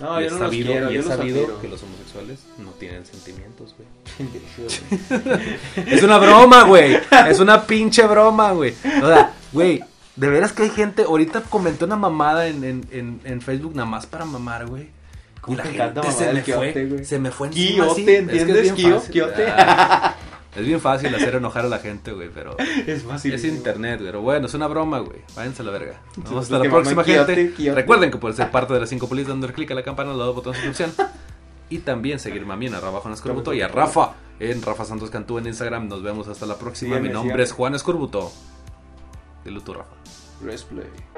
Speaker 1: No,
Speaker 2: Y
Speaker 1: yo
Speaker 2: es
Speaker 1: no los
Speaker 2: sabido,
Speaker 1: quiero,
Speaker 2: y
Speaker 1: yo
Speaker 2: es
Speaker 1: los
Speaker 2: sabido
Speaker 1: admiro.
Speaker 2: que los homosexuales no tienen sentimientos, güey.
Speaker 1: Pendejo, güey.
Speaker 2: Es una broma, güey. Es una pinche broma, güey. O sea, güey, de veras que hay gente. Ahorita comenté una mamada en, en, en, en Facebook nada más para mamar, güey. Y
Speaker 1: ¿Cómo
Speaker 2: la
Speaker 1: te encanta
Speaker 2: gente se
Speaker 1: mamar
Speaker 2: me
Speaker 1: el quiote,
Speaker 2: fue.
Speaker 1: güey?
Speaker 2: Se me fue encima.
Speaker 1: Quiote,
Speaker 2: así. Es que es
Speaker 1: ¿entiendes?
Speaker 2: bien
Speaker 1: Quio-
Speaker 2: fácil.
Speaker 1: quiote.
Speaker 2: Ah, es bien fácil hacer enojar a la gente, güey,
Speaker 1: (laughs)
Speaker 2: pero (laughs)
Speaker 1: Es fácil.
Speaker 2: es
Speaker 1: güey.
Speaker 2: internet, güey. Pero bueno, es una broma, güey. Váyanse a
Speaker 1: (laughs)
Speaker 2: la verga.
Speaker 1: Sí,
Speaker 2: Vamos hasta
Speaker 1: que
Speaker 2: la próxima,
Speaker 1: mamá, quiote,
Speaker 2: gente.
Speaker 1: quiote.
Speaker 2: Recuerden que pueden ser parte de las 5 polis dando el clic a la campana al lado del botón de suscripción. Y también seguirme a mí en arroba Juan Escorbuto y a Rafa en Rafa Santos Cantú en Instagram. Nos vemos hasta la próxima.
Speaker 1: Síganme,
Speaker 2: Mi nombre
Speaker 1: síganme.
Speaker 2: es Juan Escorbuto. Dilo tú, Rafa.
Speaker 1: Press play.